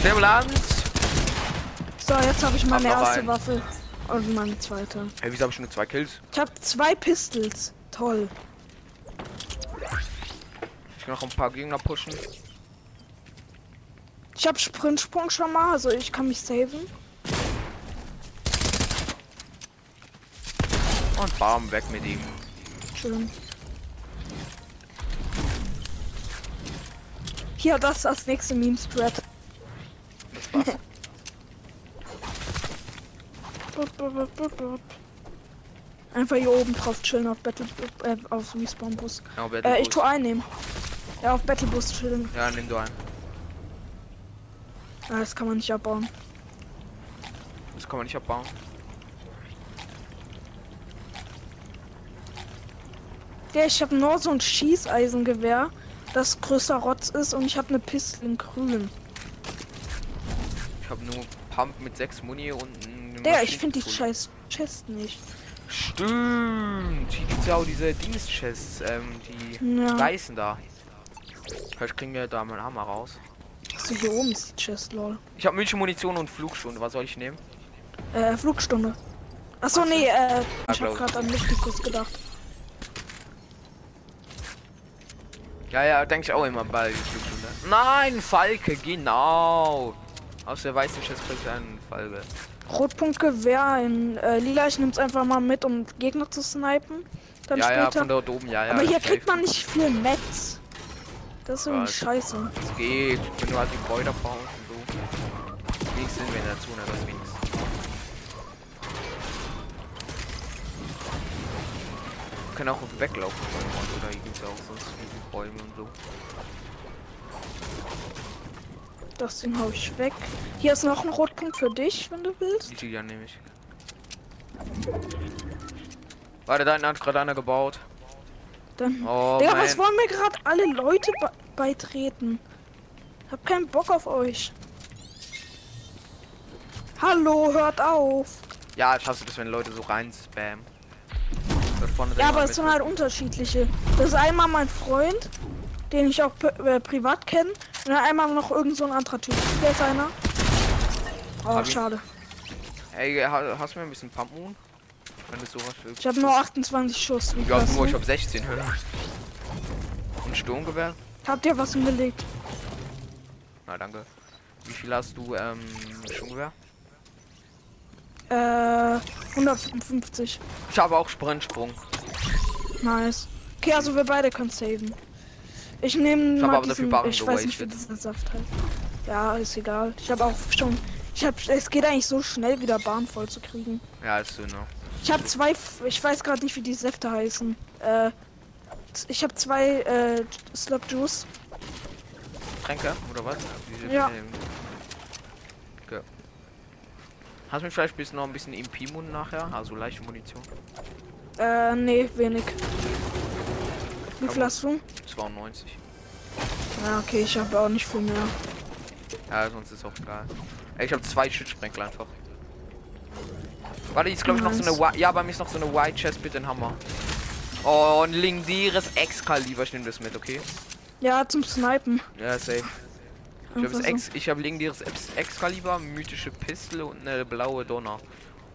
S1: Stimulanz.
S2: So, jetzt habe ich meine
S1: noch
S2: erste
S1: einen.
S2: Waffe und meine zweite.
S1: Hey, wieso habe ich nur zwei Kills?
S2: Ich habe zwei Pistols. Toll.
S1: Ich kann noch ein paar Gegner pushen.
S2: Ich habe Sprintsprung schon mal, also ich kann mich saven.
S1: Und bam, weg mit ihm.
S2: Schön. Hier, das ist das nächste Meme-Spread. *laughs*
S1: Das war's.
S2: Bup, bup, bup, bup, bup. Einfach hier oben drauf chillen auf Battle äh, auf Respawn Bus.
S1: Ja, Battle
S2: Äh, ich
S1: Boost.
S2: tue einnehmen. Ja, auf Battle Bus chillen.
S1: Ja, nimm du einen.
S2: Ah, das kann man nicht abbauen.
S1: Das kann man nicht abbauen.
S2: Ja, ich habe nur so ein Schießeisengewehr, das größer Rotz ist und ich habe eine Pistole in grün.
S1: Ich habe nur Pump mit 6 Muni und einen
S2: Der, ich finde die
S1: Maschinenpistole.
S2: scheiß Chest nicht.
S1: Stimmt. Hier gibt's ja auch diese Dienstchests, ähm, die
S2: Ja.
S1: weißen da. Vielleicht kriegen wir da meinen Hammer raus.
S2: Achso, hier oben ist die Chest, lol.
S1: Ich habe München Munition und Flugstunde. Was soll ich nehmen?
S2: Äh, Flugstunde. Achso, nee, äh, ich habe
S1: glaub ich.
S2: gerade an Mystikus gedacht.
S1: Ja, ja, denke ich auch immer bei Flugstunde. Nein, Falke, genau. Aus der weißen Chest kriegt einen Falke.
S2: Rotpunktgewehr in äh, Lila, ich nehm's einfach mal mit, um Gegner zu snipen. Dann
S1: ja, ja,
S2: später.
S1: von dort oben, ja, ja.
S2: Aber hier
S1: safe.
S2: kriegt man nicht viel Metz. Das ist irgendwie
S1: Was?
S2: scheiße.
S1: Es geht, wenn du halt die Bräuter brauchst und so. Nichts sind wir in der Zone, das wenigstens. Wir können auch weglaufen, wenn wir wollen, oder hier gibt es auch sonst viele Bäume und so.
S2: Das Ding hau ich weg. Hier ist noch ein Rotpunkt für dich, wenn du willst.
S1: Die Tiger nehme ich. Warte, da hinten hat gerade einer gebaut.
S2: Dann.
S1: Oh,
S2: Digga,
S1: man.
S2: was wollen mir gerade alle Leute be beitreten? Hab keinen Bock auf euch. Hallo, hört auf.
S1: Ja, ich hasse das, wenn Leute so rein spammen. Dort vorne sind
S2: Ja,
S1: wir
S2: aber es
S1: mit-
S2: sind halt unterschiedliche. Das ist einmal mein Freund, den ich auch pri- äh, privat kenne. Und dann einmal noch irgend so ein anderer Typ. Hier ist einer. Oh,
S1: Hab ihn.
S2: schade.
S1: Ey, ha- hast du mir ein bisschen Pump Moon? Wenn du sowas willst.
S2: Ich habe nur 28 Schuss. wie
S1: Ja,
S2: krass,
S1: nur,
S2: ne?
S1: ich hab 16 Höhe. Und Sturmgewehr?
S2: Habt ihr was hingelegt?
S1: Na, danke. Wie viel hast du, ähm, Sturmgewehr?
S2: Äh, 155.
S1: Ich habe auch Sprintsprung.
S2: Nice. Okay, also wir beide können saven. Ich nehme
S1: Ich hab
S2: mal
S1: aber dafür
S2: diesen,
S1: Barren
S2: ich weiß nicht, wie
S1: gewastet.
S2: dieser Saft heißt. Ja, ist egal. Ich habe auch schon, ich habe, es geht eigentlich so schnell wieder Bahn voll zu kriegen.
S1: Ja, ist so, ne?
S2: Ich habe zwei, F- ich weiß gerade nicht, wie die Säfte heißen. Äh, z- ich habe zwei äh, Slop Juice.
S1: Tränke, oder was? Diese
S2: Ja.
S1: ähm, Okay. Hast du mir vielleicht bis noch ein bisschen E MP-Mun nachher? Also leichte Munition.
S2: Äh, nee, wenig. Wie
S1: Aber-
S2: viel hast du?
S1: 92.
S2: Ja, okay, ich habe auch nicht viel mehr.
S1: Ja, sonst ist auch egal. Ey, ich habe zwei Schützsprenkler einfach. Warte, jetzt glaube ich noch so eine Wi- Ja, bei mir ist noch so eine White Chest, bitte ein Hammer. Oh, und Lingdires Excalibur, ich nehme das mit, okay?
S2: Ja, zum Snipen.
S1: Ja, safe. Ich habe
S2: Einfach so.
S1: Ex ich hab Lingdires Ex Excalibur, mythische Pistole und eine blaue Donner.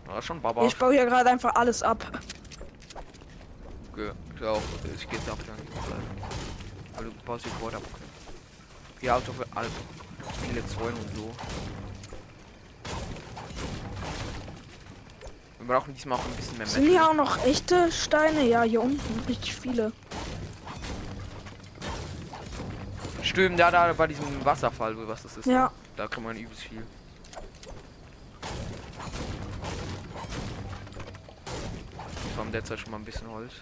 S1: Ja, schon Baba.
S2: Ich baue hier gerade einfach alles ab.
S1: Okay, ich auch. Ich geh dafür an die Seite. Aber Also, du baust die Quad ab. Geh Auto für alles. Viele Zäune und so. Wir brauchen diesmal auch ein bisschen mehr
S2: Sind
S1: Metal.
S2: hier auch noch echte Steine? Ja, hier unten richtig viele.
S1: Stimmt, da, da, bei diesem Wasserfall, wo was das ist. ne?
S2: Ja.
S1: Da kann man übelst viel. Wir haben derzeit schon mal ein bisschen Holz.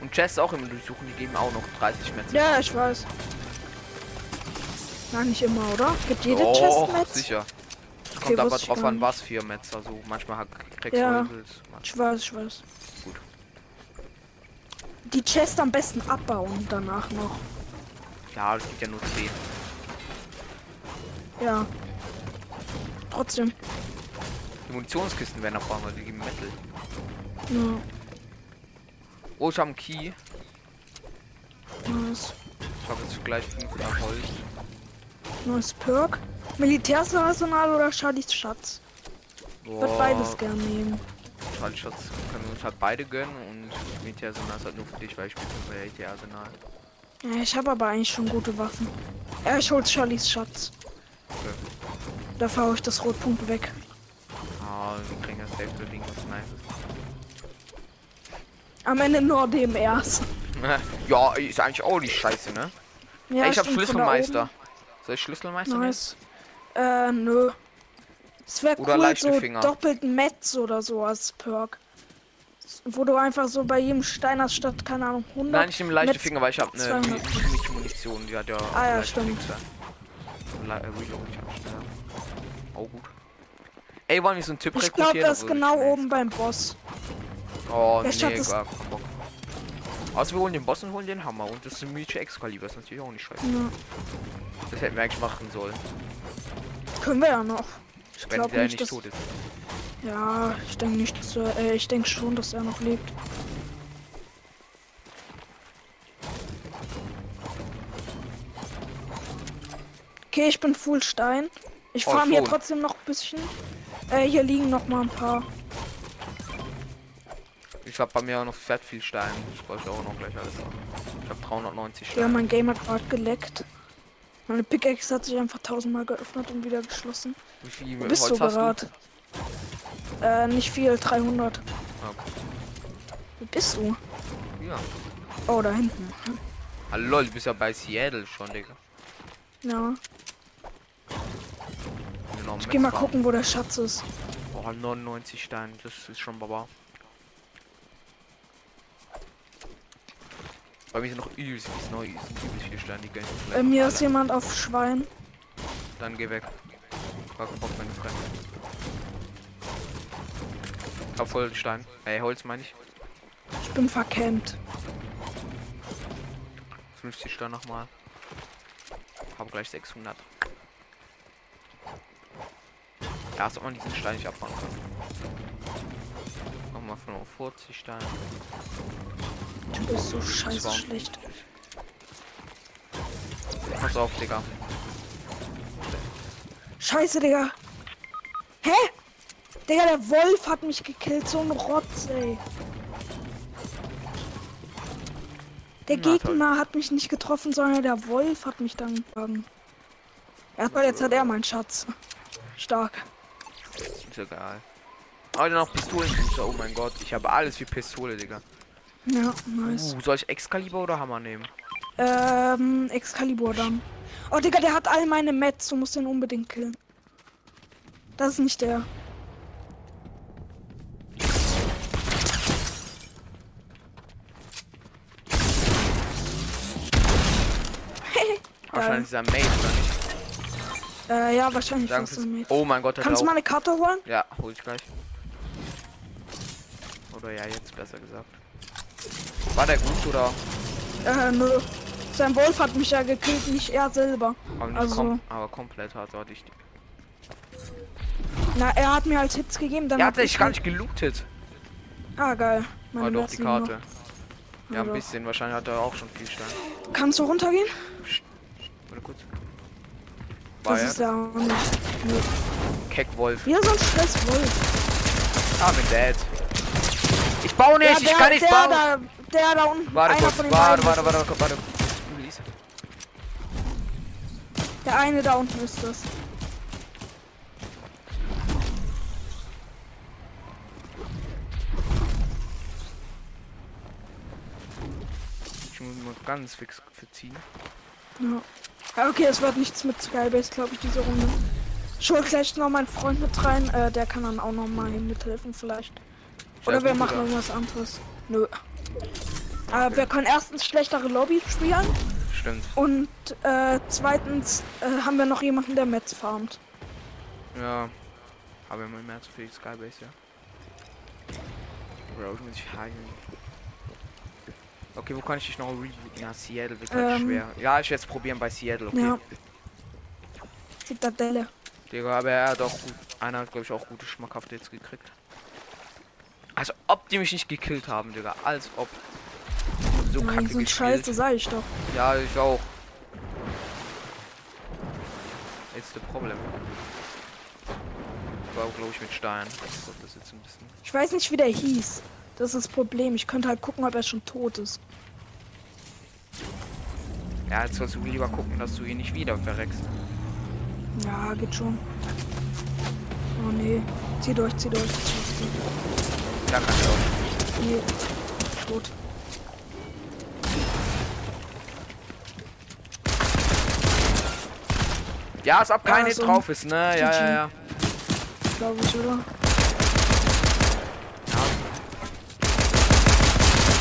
S1: Und Chests auch immer durchsuchen, die geben auch noch 30 Metz.
S2: Ja, ich weiß. Nein, nicht immer, oder? Gibt jede
S1: Och,
S2: Chest mit?
S1: sicher. Es
S2: Okay,
S1: kommt aber
S2: wusste ich
S1: drauf
S2: gar
S1: an,
S2: nicht.
S1: was für Metz. Also manchmal hack- kriegst
S2: Ja.
S1: du übelst.
S2: Ich weiß, ich weiß.
S1: Gut.
S2: Die Chest am besten abbauen danach noch.
S1: Ja, es gibt ja nur 10.
S2: Ja. Trotzdem.
S1: Die Munitionskisten werden auch brauchen, weil die geben Metal.
S2: Ja,
S1: Oh, ich habe einen Key.
S2: nice.
S1: Ich habe jetzt gleich 500 Holz.
S2: Neues Perk. Militärsarsenal oder Schadensschatz? Ich würde beides gerne nehmen.
S1: Schatz können wir uns halt beide gönnen und Militärsenal ist halt nur für dich, weil ich spiele für Militärsenal.
S2: Ja, ich habe aber eigentlich schon gute Waffen. Ja, ich hol's Charlies Schatz. Da fahre ich das Rotpunkt weg.
S1: Ah, wir kriegen das selbst für irgendwas Nices.
S2: Am Ende nur DMRs.
S1: *laughs* ja, ist eigentlich auch die Scheiße, ne?
S2: Ja,
S1: Ey, ich habe
S2: stimmt, von da
S1: Schlüsselmeister. Soll ich Schlüsselmeister
S2: oben.
S1: nehmen?
S2: Nice. Äh, nö. Es wäre
S1: Oder
S2: cool,
S1: leichte
S2: so
S1: Finger.
S2: doppelt Metz oder so als Perk. Wo du einfach so bei jedem Stein hast statt, keine Ahnung, 100.
S1: Nein, ich nehme leichte
S2: Metz
S1: Finger, weil ich habe eine
S2: 200.
S1: mythische Munition, die hat ja.
S2: Ah ja,
S1: leichte
S2: stimmt.
S1: Dings da. Le- äh, Reload, ich hab schneller. Oh, gut. Ey, wollen wir so einen Typ
S2: Ich glaube, das ist
S1: Obwohl,
S2: genau
S1: nee.
S2: oben beim Boss.
S1: Oh,
S2: Der
S1: nee,
S2: Schatz ist-
S1: gar keinen Bock. Also wir holen den Boss und holen den Hammer und das ist ein Mythic Excalibur, ist natürlich auch nicht scheiße.
S2: Ja.
S1: Das hätten wir eigentlich machen sollen,
S2: Können wir ja noch. Ich
S1: wenn
S2: glaube
S1: der
S2: nicht,
S1: nicht
S2: dass...
S1: tot ist.
S2: Ja, ich denke nicht, dass er, äh, ich denke schon, dass er noch lebt. Okay, ich bin full Stein. Ich
S1: Oh,
S2: farm hier
S1: schon.
S2: trotzdem noch ein bisschen. Äh, hier liegen noch mal ein paar.
S1: Ich hab bei mir auch noch fett viel Stein, ich bräuchte auch noch gleich alles haben. Ich hab 390
S2: Ja,
S1: Steine.
S2: mein Game hat gerade geleckt. Meine Pickaxe hat sich einfach tausendmal geöffnet und wieder geschlossen.
S1: Wie viel
S2: Wo bist du gerade? Äh, nicht viel, 300.
S1: Ah, okay.
S2: Wo bist du?
S1: Ja.
S2: Oh, da hinten.
S1: Hallo, du bist ja bei Seattle schon, Digga.
S2: Ja.
S1: Wenn du noch
S2: Ich
S1: einen
S2: geh mal
S1: Max haben.
S2: gucken, wo der Schatz ist.
S1: Oh, 99 Steine, das ist schon Baba. Bei mir sind noch übelst, ist noch übelst, übelst viele Steine, die gönn ich mir vielleicht
S2: Bei
S1: noch
S2: Äh, mir
S1: alle.
S2: ist jemand auf Schwein.
S1: Dann geh weg. Gar keinen Bock, meine Freunde. Ich hab voll Stein. Ey, Holz meine ich.
S2: Ich bin verkämmt.
S1: 50 Stein nochmal. Hab gleich 600. Ja, als ob man diesen Stein nicht abbauen kann. Nochmal 45 Steine.
S2: Du bist so scheiße
S1: Warum?
S2: schlecht.
S1: Pass auf, Digga.
S2: Scheiße, Digga. Hä? Digga, der Wolf hat mich gekillt. So ein Rotz, ey. Der
S1: Na,
S2: Gegner hat mich nicht getroffen, sondern der Wolf hat mich dann gefangen. Ja, toll, jetzt hat er meinen Schatz. Stark.
S1: Ist egal. Aber dann noch Pistolenbooster, oh mein Gott. Ich habe alles wie Pistole, Digga.
S2: Ja, nice.
S1: Uh, soll ich Excalibur oder Hammer nehmen?
S2: Ähm, Excalibur dann. Oh, Digga, der hat all meine Mets. Du musst den unbedingt killen. Das ist nicht der.
S1: Wahrscheinlich ist er Mate, oder nicht?
S2: Äh, ja, wahrscheinlich.
S1: Sagen
S2: warst du
S1: Sie
S2: mit.
S1: Oh mein Gott, der
S2: Kannst du mal
S1: Blau.
S2: eine Karte holen?
S1: Ja, hol ich gleich. Oder ja, jetzt besser gesagt. War der gut oder?
S2: Äh, nö. Sein Wolf hat mich ja gekillt, nicht er selber.
S1: Aber, nicht
S2: Also-
S1: kom aber komplett hart, so hatte ich.
S2: Na, er hat mir halt Hits gegeben, dann
S1: Der
S2: hab
S1: hat sich gar nicht gelootet.
S2: Ah, geil. Meine
S1: Ah, doch,
S2: Mets
S1: die
S2: liegen noch.
S1: Karte. Ja, ein
S2: doch.
S1: bisschen. Wahrscheinlich hat er auch schon viel Stein.
S2: Kannst du runtergehen?
S1: Warte kurz. War
S2: Das
S1: ja
S2: ist ja auch nicht. Nö.
S1: Keckwolf.
S2: Hier ist ein Stresswolf.
S1: I'm in dead. Ich baue nicht, ich
S2: der,
S1: kann nicht
S2: der
S1: bauen.
S2: da, der da unten.
S1: Warte
S2: einer
S1: kurz,
S2: von
S1: warte, warte,
S2: den beiden
S1: warte, warte,
S2: ist
S1: warte, Release.
S2: es. Der eine da unten ist das.
S1: Ich muss mal ganz fix verziehen.
S2: Ja. ja. Okay, es wird nichts mit Skybase, glaube ich, diese Runde. Ich hol gleich noch meinen Freund mit rein. Äh, der kann dann auch noch mal mithelfen, vielleicht. Oder wir machen irgendwas anderes. Nö. Aber wir können erstens schlechtere Lobby spielen
S1: Stimmt.
S2: und äh, zweitens äh, haben wir noch jemanden, der Metz farmt.
S1: Ja. Aber immer mehr zu viel Skybase, ja. Bro, ich muss ich heilen. Okay, wo kann ich dich noch rebooten? Ja, Seattle wird halt
S2: Ähm.
S1: schwer. Ja, ich werde es probieren bei Seattle, okay.
S2: Ja. Zitadelle.
S1: Digga, aber er hat auch gut. Einer hat, glaube ich, auch gute Schmackhafte jetzt gekriegt. Als ob die mich nicht gekillt haben, Digga. Als ob. Ich hab so
S2: Ja,
S1: kacke
S2: die sind
S1: gespielt.
S2: scheiße, sag ich doch.
S1: Ja, ich auch. It's the problem. Ich war, glaube ich, mit Stein. Ich glaub, das jetzt ein bisschen.
S2: Ich weiß nicht, wie der hieß. Das ist das Problem. Ich könnte halt gucken, ob er schon tot ist.
S1: Ja, jetzt sollst du lieber gucken, dass du ihn nicht wieder verreckst.
S2: Ja, geht schon. Oh nee. Zieh durch, zieh durch. Zieh
S1: Da kann ich auch.
S2: durch. Nee. Tot.
S1: Ja, ist ab keine
S2: Ja, so ein
S1: drauf ist, ne? Ja, ja,
S2: GG.
S1: ja.
S2: Glaube ich, oder?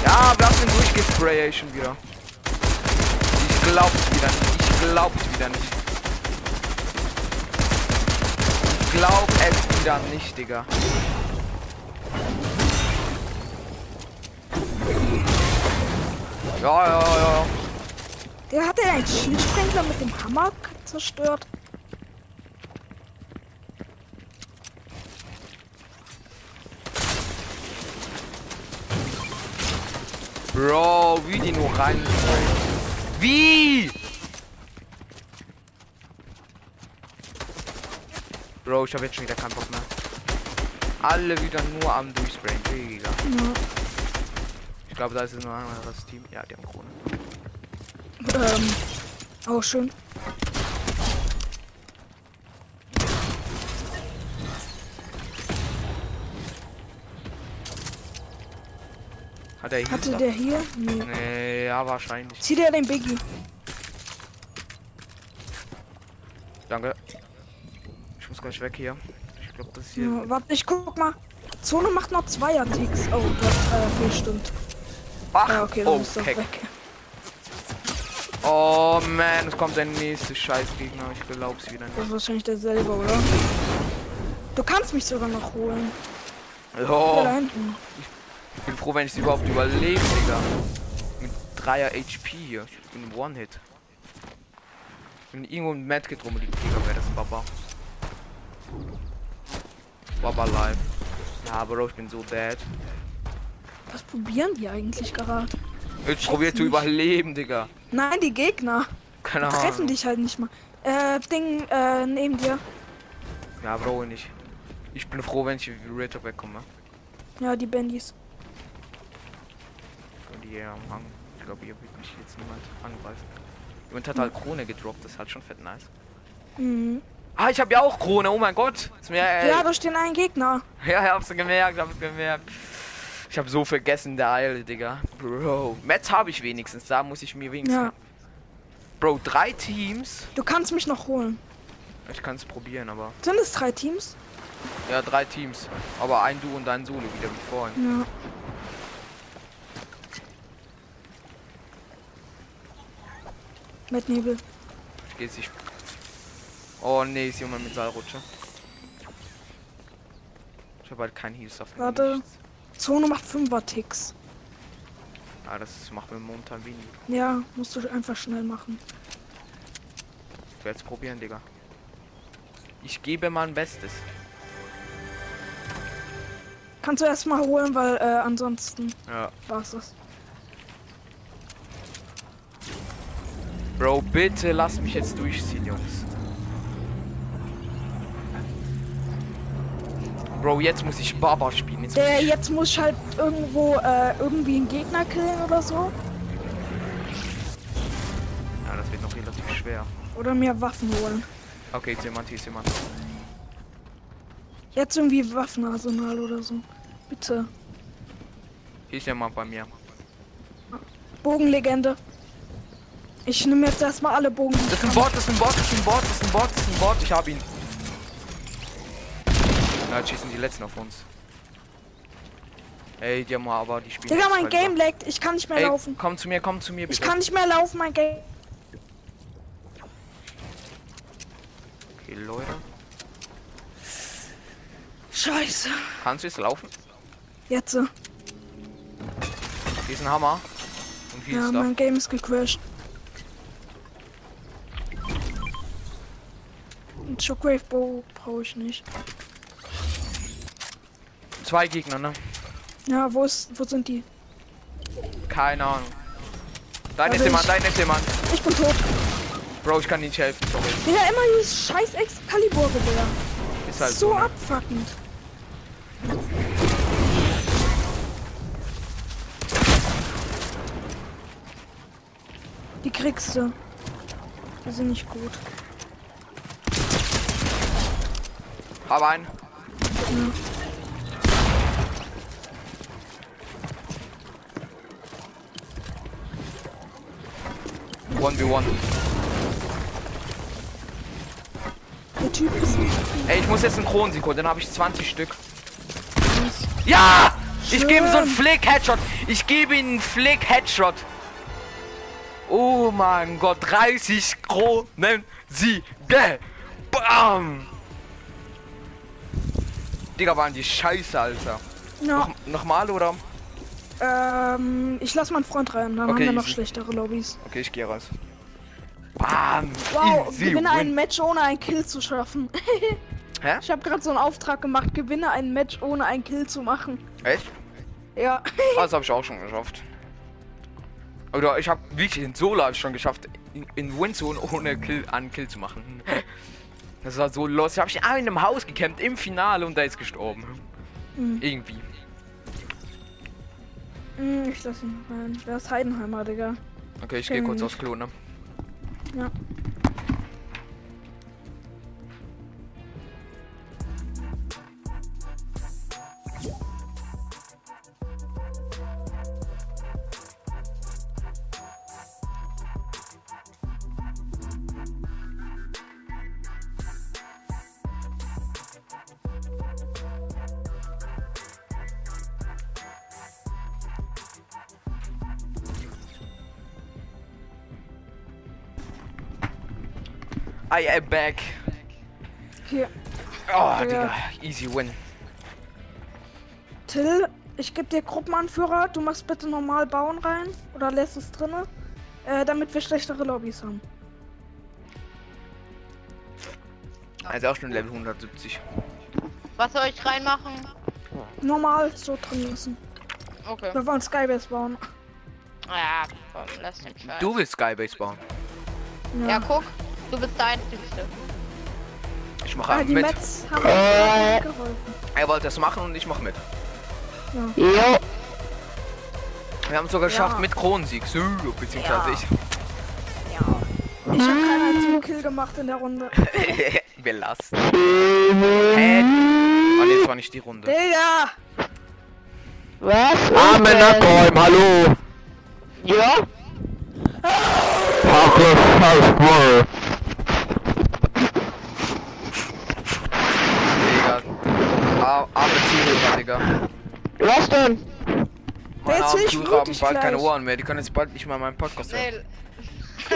S1: Ja, wir haben ihn durchgesprayt schon wieder. Ich glaub's wieder nicht. Ich glaub's wieder nicht. Ich glaub es wieder nicht, Digga. Ja, ja, ja.
S2: Der hat ja einen Schildsprengler mit dem Hammer k- zerstört.
S1: Bro, wie die nur rein. Wie? Bro, ich hab jetzt schon wieder keinen Bock mehr. Alle wieder nur am Durchsprayen, Digga.
S2: Ja.
S1: Ich glaube, da ist jetzt noch ein anderes Team. Ja, die haben Krone.
S2: Ähm. Oh, schön.
S1: Hat er
S2: Hatte
S1: Heals
S2: der hier? Nee.
S1: ab? Nee, ja, wahrscheinlich.
S2: Zieh dir den Biggie.
S1: Danke. Ich muss gleich weg hier. Ich glaube, das hier.
S2: Ja, warte, ich guck mal. Zone macht noch zwei Ticks. Oh, das äh, okay, stimmt.
S1: Ach,
S2: Ja, okay, dann
S1: oh,
S2: ist er
S1: Keck.
S2: weg.
S1: Oh man, es kommt der nächste Scheißgegner. Ich glaub's wieder
S2: Das ist
S1: nicht.
S2: wahrscheinlich derselbe, oder? Du kannst mich sogar noch holen. Der da
S1: Oh,
S2: hinten.
S1: ich bin froh, wenn ich überhaupt überlebe, Digga. Mit 3er HP hier. Ich bin One-Hit. Wenn irgendwo ein Medkit rumliegt, Digga, wäre das Baba. Baba live. Ja, Bro, ich bin so dead.
S2: Was probieren die eigentlich gerade?
S1: Jetzt probier zu
S2: nicht.
S1: überleben, Digga.
S2: Nein, die Gegner.
S1: Keine Ahnung.
S2: Treffen dich halt nicht mal. Äh, Ding, äh, neben dir.
S1: Ja, brauche ich nicht. Ich bin froh, wenn ich wie Red Top wegkomme.
S2: Ja, die Bandys.
S1: Und die hier am Hang. Ich glaube, hier wird mich jetzt niemand angreifen. Jemand hat halt Krone gedroppt, das ist halt schon fett nice.
S2: Mhm.
S1: Ah, ich habe ja auch Krone, oh mein Gott. Ist mir, äh,
S2: Ja,
S1: ja,
S2: da stehen ein Gegner.
S1: *laughs* ja, hab's gemerkt, hab's gemerkt. Ich habe so vergessen, der Eile, Digga. Bro. Mets habe ich wenigstens, da muss ich mir wenigstens.
S2: Ja.
S1: Bro, drei Teams.
S2: Du kannst mich noch holen.
S1: Ich kann es probieren, aber.
S2: Sind es drei Teams?
S1: Ja, drei Teams. Aber ein Du und ein Solo wieder wie vorhin.
S2: Ja. Mit Nebel.
S1: Ich geh jetzt nicht. Oh nee, ist jemand mit Seilrutsche. Ich habe halt keinen Heals auf dem
S2: Warte.
S1: nichts.
S2: Zone macht 5er Ticks.
S1: Ah, das macht mir momentan wenig.
S2: Ja, musst du einfach schnell machen.
S1: Ich werde es probieren, Digga. Ich gebe mein Bestes.
S2: Kannst du erstmal holen, weil äh, ansonsten
S1: Ja.
S2: war's es.
S1: Bro, bitte lass mich jetzt durchziehen, Jungs. Bro, jetzt muss ich Barbar spielen. Jetzt
S2: Der jetzt muss ich halt irgendwo äh, irgendwie einen Gegner killen oder so.
S1: ja, das wird noch relativ schwer.
S2: Oder mir Waffen holen.
S1: Okay, jetzt jemand, hier ist jemand.
S2: Jetzt irgendwie Waffenarsenal oder so. Bitte.
S1: Hier ist jemand bei mir.
S2: Bogenlegende. Ich nehme jetzt erstmal alle Bogen. die
S1: Das
S2: ich
S1: ist ein
S2: kann.
S1: Bot, das ist ein Bot, das ist ein Bot, das ist ein Bot, das ist ein Bot. Ich hab ihn. Na, jetzt schießen die letzten auf uns. Ey, die haben aber die spielen.
S2: Digga,
S1: jetzt
S2: mein
S1: voll über-
S2: Game laggt. Ich kann nicht mehr
S1: Ey,
S2: laufen.
S1: komm zu mir, komm zu mir, bitte.
S2: Ich kann nicht mehr laufen, mein Game.
S1: Okay, Leute.
S2: Scheiße.
S1: Kannst du jetzt laufen?
S2: Jetzt. äh,
S1: Hier ist ein Hammer. Und hier
S2: Ja,
S1: ist da.
S2: mein Game ist gecrashed. Ein Shockwave Bow brauche ich nicht.
S1: Zwei Gegner, ne?
S2: Ja, wo ist, wo sind die?
S1: Keine Ahnung. Da
S2: Also
S1: ist jemand,
S2: ich-
S1: da ist jemand.
S2: Ich bin tot.
S1: Bro, ich kann nicht helfen, sorry.
S2: Digga, immer dieses scheiß Excalibur-Gewehr.
S1: Ist halt
S2: so
S1: so. ne?
S2: abfuckend. Die kriegst du. Die sind nicht gut.
S1: Hab einen. One v one.
S2: Der Typ ist nicht gut.
S1: Ey, ich muss jetzt einen Kronensekund, dann habe ich 20 Stück. Ja! Ich
S2: Schön.
S1: gebe ihm so einen Flick-Headshot. Ich gebe ihm einen Flick-Headshot. Oh mein Gott, 30 Kronen Siege. Bam! Digga, waren die scheiße, Alter.
S2: Ja,
S1: Noch, nochmal oder?
S2: ähm, ich lass meinen Freund rein, dann
S1: Okay,
S2: haben wir noch
S1: easy.
S2: schlechtere Lobbys.
S1: Okay, ich gehe raus. Bam!
S2: Wow,
S1: Easy
S2: gewinne
S1: win.
S2: ein Match ohne einen Kill zu schaffen. *laughs*
S1: Hä?
S2: Ich habe gerade so einen Auftrag gemacht, gewinne ein Match ohne einen Kill zu machen.
S1: Echt?
S2: Ja. *laughs*
S1: Ah, Das habe ich auch schon geschafft. Oder ich habe wirklich in Solo hab ich schon geschafft, in, in Windzone ohne Kill an Kill zu machen. *laughs* Das war so los. Ich habe ich in einem Haus gekämpft im Finale und da ist gestorben.
S2: Mhm.
S1: Irgendwie.
S2: Hm, Ich lass ihn rein. Wer ist Heidenheimer, Digga?
S1: Okay, ich gehe
S2: Kenn
S1: kurz
S2: ich.
S1: aufs Klo, ne?
S2: Ja.
S1: I am back.
S2: Hier.
S1: Oh,
S2: Ja.
S1: Digga. Easy win.
S2: Till, ich gebe dir Gruppenanführer. Du machst bitte normal bauen rein. Oder lässt es drinne. Äh, damit wir schlechtere Lobbys haben.
S1: Also auch schon Level 170.
S3: Was soll ich reinmachen?
S2: Normal so drin lassen.
S3: Okay.
S2: Wir wollen Skybase bauen.
S3: Ja, komm, lass den Scheiß.
S1: Du willst Skybase bauen.
S2: Ja.
S3: Ja, guck, du bist der Einzige.
S1: Ich mache
S2: Ah, die
S1: mit.
S2: Mets haben uns nicht geholfen.
S1: Er wollte das machen und ich mache mit.
S3: Jo.
S1: Wir haben es sogar geschafft
S2: Ja.
S1: mit Kronensieg. So, beziehungsweise
S3: Ja.
S2: Ich habe keinen einzigen Kill gemacht in der Runde.
S1: *laughs* ich. Wir lassen. Hä? Ah, nee, das war nicht die Runde.
S2: Digga!
S3: Was?
S4: Amen abräumen, hallo!
S3: Ja?
S4: Ach, du scheiß Wolle.
S1: Digga. Ar- Arme Zuhörer, Digga.
S3: Was denn?
S2: Der
S1: Meine
S2: ist
S1: armen
S2: ziemlich
S1: Zuhörer haben
S2: mutig
S1: bald keine
S2: gleich.
S1: Ohren mehr. Die können jetzt bald nicht mal meinen Podcast hören.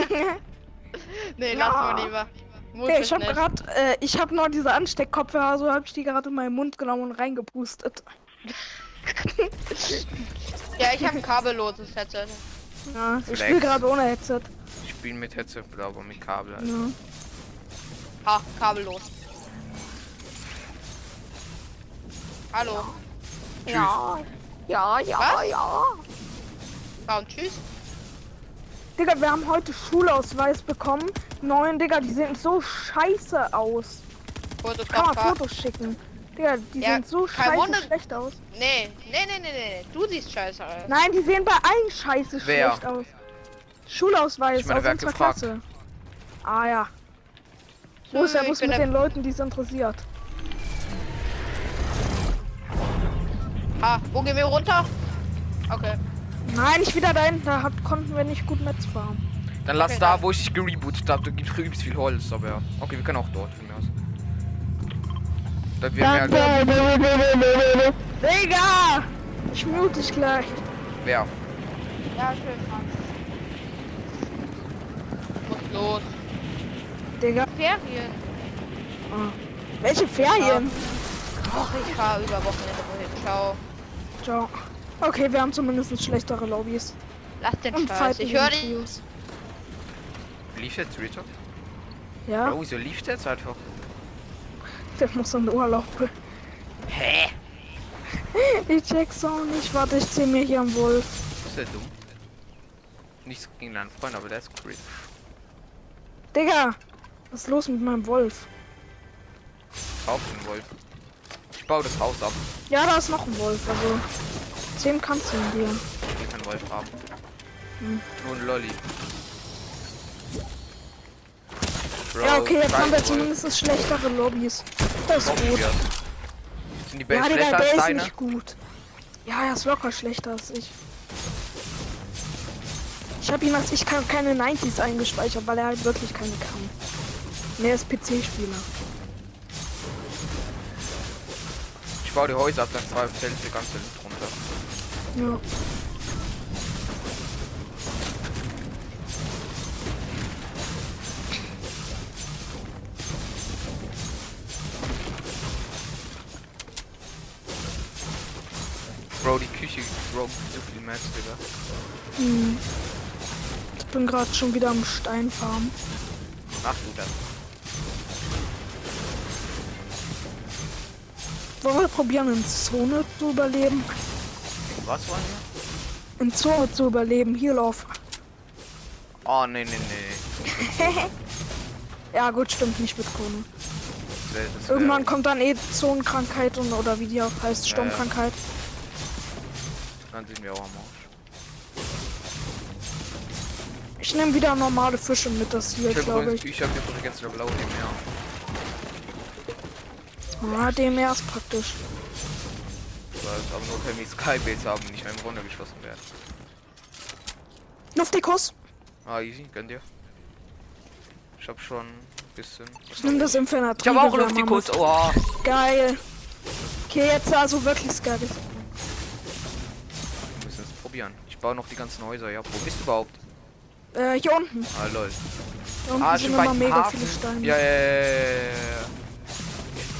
S3: Nee.
S2: *laughs*
S3: nee, lass
S2: Ja.
S3: mal lieber. Muss
S2: Hey, ich habe
S3: nicht.
S2: gerade, äh, ich habe noch diese Ansteckkopfhörer, so habe ich die gerade in meinen Mund genommen und reingepustet.
S3: Ja, ich hab ein kabelloses Headset.
S2: Ja, ich
S1: Flex.
S2: spiele gerade ohne Headset.
S1: Ich spiele mit Headset, aber mit Kabel. Also.
S2: Ja.
S3: Ha, kabellos. Hallo.
S2: Ja, ja, ja,
S3: Was?
S2: ja.
S3: Ja, und tschüss.
S2: Digga, wir haben heute Schulausweis bekommen. Neun, Digga, die sehen so scheiße aus.
S3: Foto,
S2: Kann man
S3: Kopf,
S2: Ah, Fotos schicken. Digga, die
S3: Ja,
S2: sehen so
S3: kein
S2: scheiße
S3: Wunder-
S2: schlecht aus.
S3: Nee, nee, nee, nee, nee. Du siehst scheiße aus.
S2: Nein, die sehen bei allen scheiße
S1: Wer?
S2: schlecht aus. Schulausweis
S1: Ich meine,
S2: aus
S1: wer hat
S2: unserer
S1: gefragt?
S2: Klasse. Ah ja. Wo ist er
S3: Hm, Ich
S2: bloß
S3: bin
S2: mit
S3: der-
S2: den Leuten, die es interessiert?
S3: Ah, wo gehen wir runter? Okay.
S2: Nein, ich wieder dahin. Da hat, konnten wir nicht gut Metz fahren.
S1: Dann lass
S3: Okay,
S1: da,
S3: dann.
S1: wo ich dich gerebootet habe. Da gibt's übelst viel Holz, aber ja. Okay, wir können auch dort von mir aus. Das wird halt- mehr als
S2: Digga! Ich mute dich gleich.
S1: wer.
S3: Ja, schön, Mann. Muss los.
S2: Digga.
S3: Ferien.
S2: Welche Ferien?
S3: Ach, ich fahr über Wochenende wohin. Ciao.
S2: Ciao. Okay, wir haben zumindest schlechtere Lobbys.
S3: Lass den
S2: Und
S3: Scheiß. Ich höre dich.
S2: Views.
S1: Lief jetzt Richard?
S2: Ja,
S1: Oh, so lief jetzt einfach.
S2: der muss in den Urlaub.
S1: Hä?
S2: *laughs* Ich check's auch nicht. Warte, ich zieh mir hier einen Wolf.
S1: Ist der dumm? Nichts gegen deinen Freund, aber der ist cool.
S2: Digga! Was ist los mit meinem Wolf?
S1: Auf den Wolf. Ich baue das Haus ab.
S2: Ja, da ist noch ein Wolf, also. Zehn kannst du in dir.
S1: Ich will keinen Wolf haben.
S2: Hm.
S1: Nur ein Lolli. Bro,
S2: ja, okay, jetzt
S1: scheiß
S2: haben wir
S1: Wolf.
S2: zumindest schlechtere Lobbys. Das ist
S1: Hoffen
S2: gut.
S1: wir. Sind die Base
S2: Ja, Digga,
S1: schlechter als
S2: der ist
S1: deine?
S2: nicht gut. Ja, er ist locker schlechter als ich. Ich habe ihn als ich kann keine 90s eingespeichert, weil er halt wirklich keine kann. Und Er ist PC-Spieler.
S1: Ich baue die Häuser ab, dann zwei fällt die ganze Luft runter.
S2: Ja.
S1: Bro, die Küche, Bro, so viel Mess, Digga.
S2: Hm. Ich bin gerade schon wieder am Steinfarm.
S1: Ach du das.
S2: Wollen wir probieren, in Zone zu überleben?
S1: Was war hier?
S2: In Zone zu überleben, hier lauf.
S1: Oh, nee, nee, nee.
S2: Ja gut, stimmt nicht mit Krone.
S1: Das wär, das wär,
S2: Irgendwann kommt dann eh Zonenkrankheit und oder wie die auch heißt,
S1: Ja,
S2: Sturmkrankheit.
S1: Dann sind wir auch am Arsch.
S2: Ich nehme wieder normale Fische mit, das hier,
S1: Ich habe
S2: glaube
S1: übrigens
S2: ich.
S1: Bücher, wir bringen jetzt wieder blau im Meer.
S2: Ah, DMR ist praktisch.
S1: Weil es aber nur können wir Skybase haben, nicht einem runtergeschossen werden.
S2: Luftikus!
S1: Ah, easy, gönn dir. Ich hab schon ein bisschen.
S2: Ich nehme das Infernat.
S1: Ich hab auch Luftikus, oha.
S2: Geil. Okay, jetzt also wirklich geil.
S1: Wir müssen es probieren. Ich baue noch die ganzen Häuser, ja. Wo bist du überhaupt?
S2: Äh, hier unten.
S1: Ah, lol.
S2: Hier unten
S1: Ah,
S2: sind
S1: schon
S2: immer
S1: bei
S2: mega
S1: Hafen.
S2: viele Steine.
S1: Ja, ja, ja, ja, ja, ja.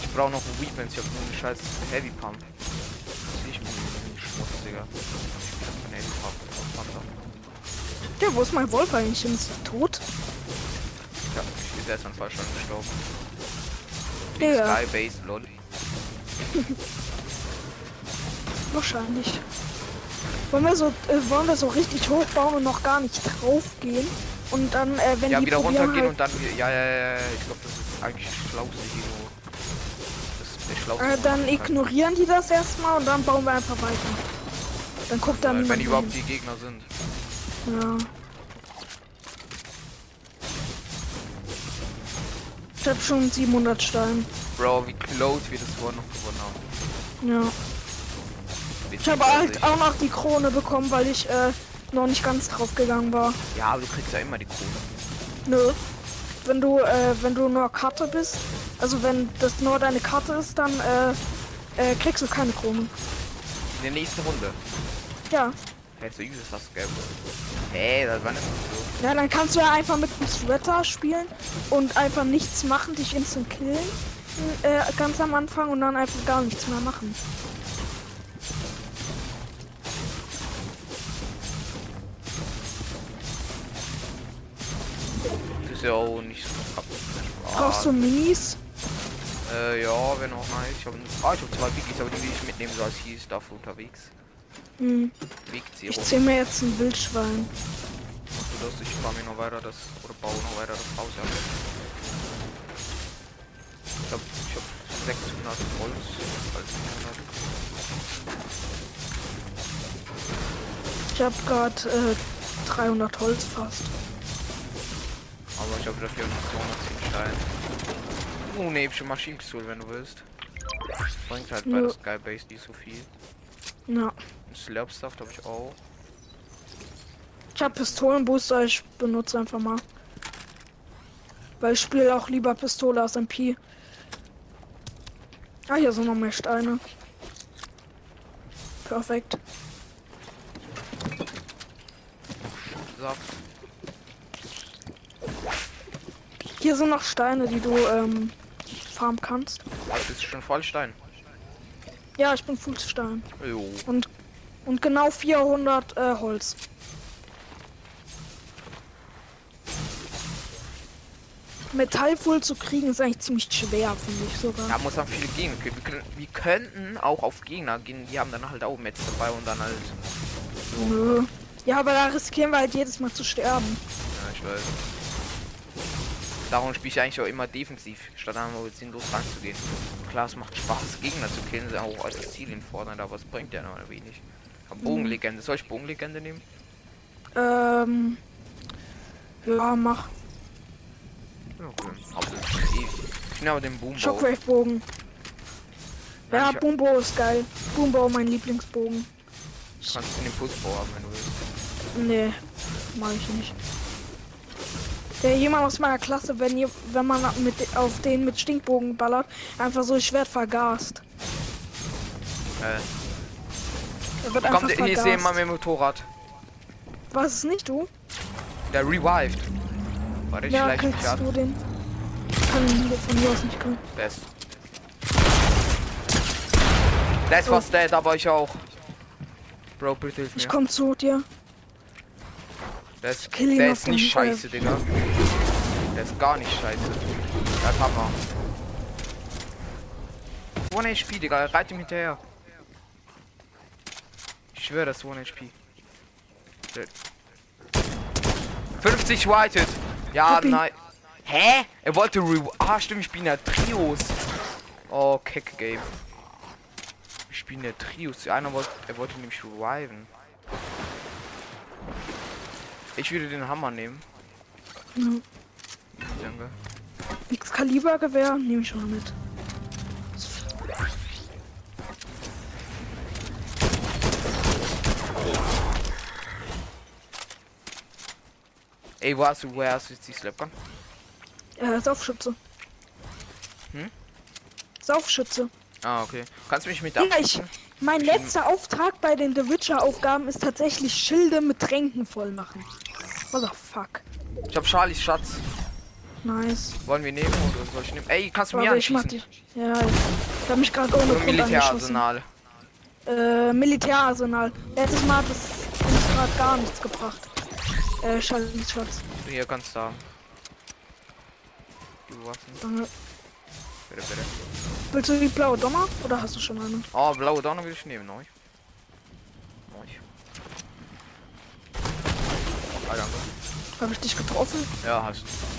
S1: Ich brauche noch Weapons. Ich habe nur einen scheiß Heavy Pump. Ich bin Schmutz, Digga. Ich hab einen Heavy Pump. Pump da.
S2: Ja, wo ist mein Wolf eigentlich? Ist er tot?
S1: Ja, ich bin selbst an zwei Stunden gestorben. Wegen
S2: Digga.
S1: Skybase, lol.
S2: Wahrscheinlich. Wollen wir so, äh, wollen wir so richtig hochbauen und noch gar nicht draufgehen? Und dann, äh, wenn
S1: Ja,
S2: die
S1: wieder
S2: probieren
S1: runtergehen und
S2: halt-
S1: dann wieder. Ja, ja, ja, ja, ich glaube, das ist eigentlich die schlauste Idee. Das ist der schlauste.
S2: Äh, dann ignorieren die das erstmal und dann bauen wir einfach weiter. Dann guckt dann
S1: Weil, Äh, Wenn
S2: niemand
S1: die überhaupt die Gegner sind.
S2: hin. Ja. Ich hab schon 700 Steine.
S1: Bro, wie close wir das vorhin noch gewonnen haben.
S2: Ja.
S1: Wir
S2: Ich
S1: sind
S2: habe
S1: bei
S2: halt
S1: sich.
S2: auch noch die Krone bekommen, weil ich äh, noch nicht ganz drauf gegangen war.
S1: Ja, aber du kriegst ja immer die Kohle.
S2: Nö. Wenn du, äh, wenn du nur Karte bist, also wenn das nur deine Karte ist, dann äh, äh, kriegst du keine Krone.
S1: In der nächsten Runde.
S2: Ja.
S1: Hey, so easy ist das Game. Hey, das war nicht so.
S2: Ja, dann kannst du ja einfach mit dem Sweater spielen und einfach nichts machen, dich instant killen. Äh, ganz am Anfang und dann einfach gar nichts mehr machen.
S1: Das ist ja auch nicht so ab. Oh.
S2: Brauchst du Minis?
S1: Äh, ja, wenn auch nice. Ich habe ah, ich hab zwei Biggies, aber die will ich mitnehmen, so als hieß dafür unterwegs.
S2: Hm.
S1: Weg Zero.
S2: Ich zähle mir jetzt ein Wildschwein.
S1: Du das, ich baue mir noch weiter das, oder baue noch weiter das Haus ab. Ich hab, ich hab 600 Holz. Also 100.
S2: Ich habe gerade äh, 300 Holz fast.
S1: Aber ich habe dafür noch 210 Steine. Oh ne, hübsche Maschinenpistole, wenn du willst. Bringt halt bei
S2: Ja.
S1: der Skybase nicht so viel.
S2: Ja.
S1: Slurpstuff habe ich auch.
S2: Ich habe Pistolenbooster, ich benutze einfach mal. Weil ich spiele auch lieber Pistole als MP. Ah, hier sind noch mehr Steine. Perfekt.
S1: Saft.
S2: Hier sind noch Steine, die du ähm, farmen kannst.
S1: Das ist schon voll Stein.
S2: Ja, ich bin Fußstein.
S1: Jo.
S2: Und, und genau 400 äh, Holz. Metall voll zu kriegen ist eigentlich ziemlich schwer, finde ich sogar.
S1: Da muss man viele Gegner können. Wir, können, wir könnten auch auf Gegner gehen, die haben dann halt auch Metz dabei und dann halt.
S2: Nö. Ja, aber da riskieren wir halt jedes Mal zu sterben.
S1: Ja, ich weiß. Darum spiele ich eigentlich auch immer defensiv, statt einmal mit sinnlos ranzugehen. Klar, es macht Spaß, Gegner zu killen, ist auch als Ziel in Fortnite, aber es bringt ja noch wenig.
S2: Mhm.
S1: Aber Bogenlegende, soll ich Bogenlegende nehmen?
S2: Ähm. Ja, mach.
S1: Ja, okay. Aber ich, eh. ich nehme aber den Boom.
S2: Shockwave-Bogen. Ja, Boombo ist geil. Boombo, mein Lieblingsbogen.
S1: Du kannst den Pulsbau haben, wenn du willst.
S2: Nee, mach ich nicht. Der jemand aus meiner Klasse, wenn ihr, wenn man mit auf den mit Stinkbogen ballert, einfach so ich werd vergast.
S1: Äh,
S2: Er wird
S1: komm,
S2: einfach
S1: hier ist
S2: vergast.
S1: jemand mit dem Motorrad.
S2: Was ist nicht du?
S1: Der revived. War richtig
S2: ja,
S1: leicht
S2: kriegst
S1: geschadet.
S2: du den. Ich kann ihn hier von mir aus nicht kriegen.
S1: Das. Das war's dead, aber ich auch. Bro, bitte hilf
S2: Oh. Ich
S1: mir.
S2: komm zu dir.
S1: Das,
S2: kill ihn
S1: der
S2: auf
S1: ist nicht
S2: jeden Fall.
S1: scheiße, Digga. Der ist gar nicht scheiße. Das haben wir. One HP, Digga. Reit ihm hinterher. Ich schwöre, das ist One HP. Der- 50 whited. Ja,
S2: Hab ihn.
S1: nein. Hä? Er wollte re... Ah, stimmt, ich bin ja Trios. Oh, Kick Game. Ich bin der Trios. Einer wollte... Er wollte nämlich reviven. Ich würde den Hammer nehmen.
S2: Ja.
S1: Danke.
S2: Excalibur-Gewehr nehme ich schon mit.
S1: Ey, wo hast du, woher hast du jetzt die Slapgun?
S2: Äh, Saufschütze.
S1: Hm?
S2: Saufschütze.
S1: Ah, okay. Kannst du mich mit
S2: Ja, ich,
S1: abschießen?
S2: mein
S1: Ich nehm-
S2: letzter Auftrag bei den The Witcher-Aufgaben ist tatsächlich Schilde mit Tränken voll machen. What the fuck?
S1: Ich hab Charlies Schatz.
S2: Nice.
S1: Wollen wir nehmen oder soll ich nehmen? Ey, kannst du mir
S2: Warte, ich mach
S1: anschießen?
S2: die. Ja, ich, ich hab mich gerade ohne
S1: Oder
S2: Grund angeschossen.
S1: Militärarsenal.
S2: Äh, Militärarsenal. Letztes Mal hat es uns gerade gar nichts gebracht. Äh, Schatz, Schatz.
S1: Hier kannst du haben. Du Waffen.
S2: Danke.
S1: Bitte, bitte.
S2: Äh,
S1: Ah,
S2: Willst du die blaue Dommer? Oder hast du schon eine?
S1: Oh, blaue Donner will ich nehmen, neu. Neu.
S5: Habe ich dich getroffen?
S2: Ja, hast du.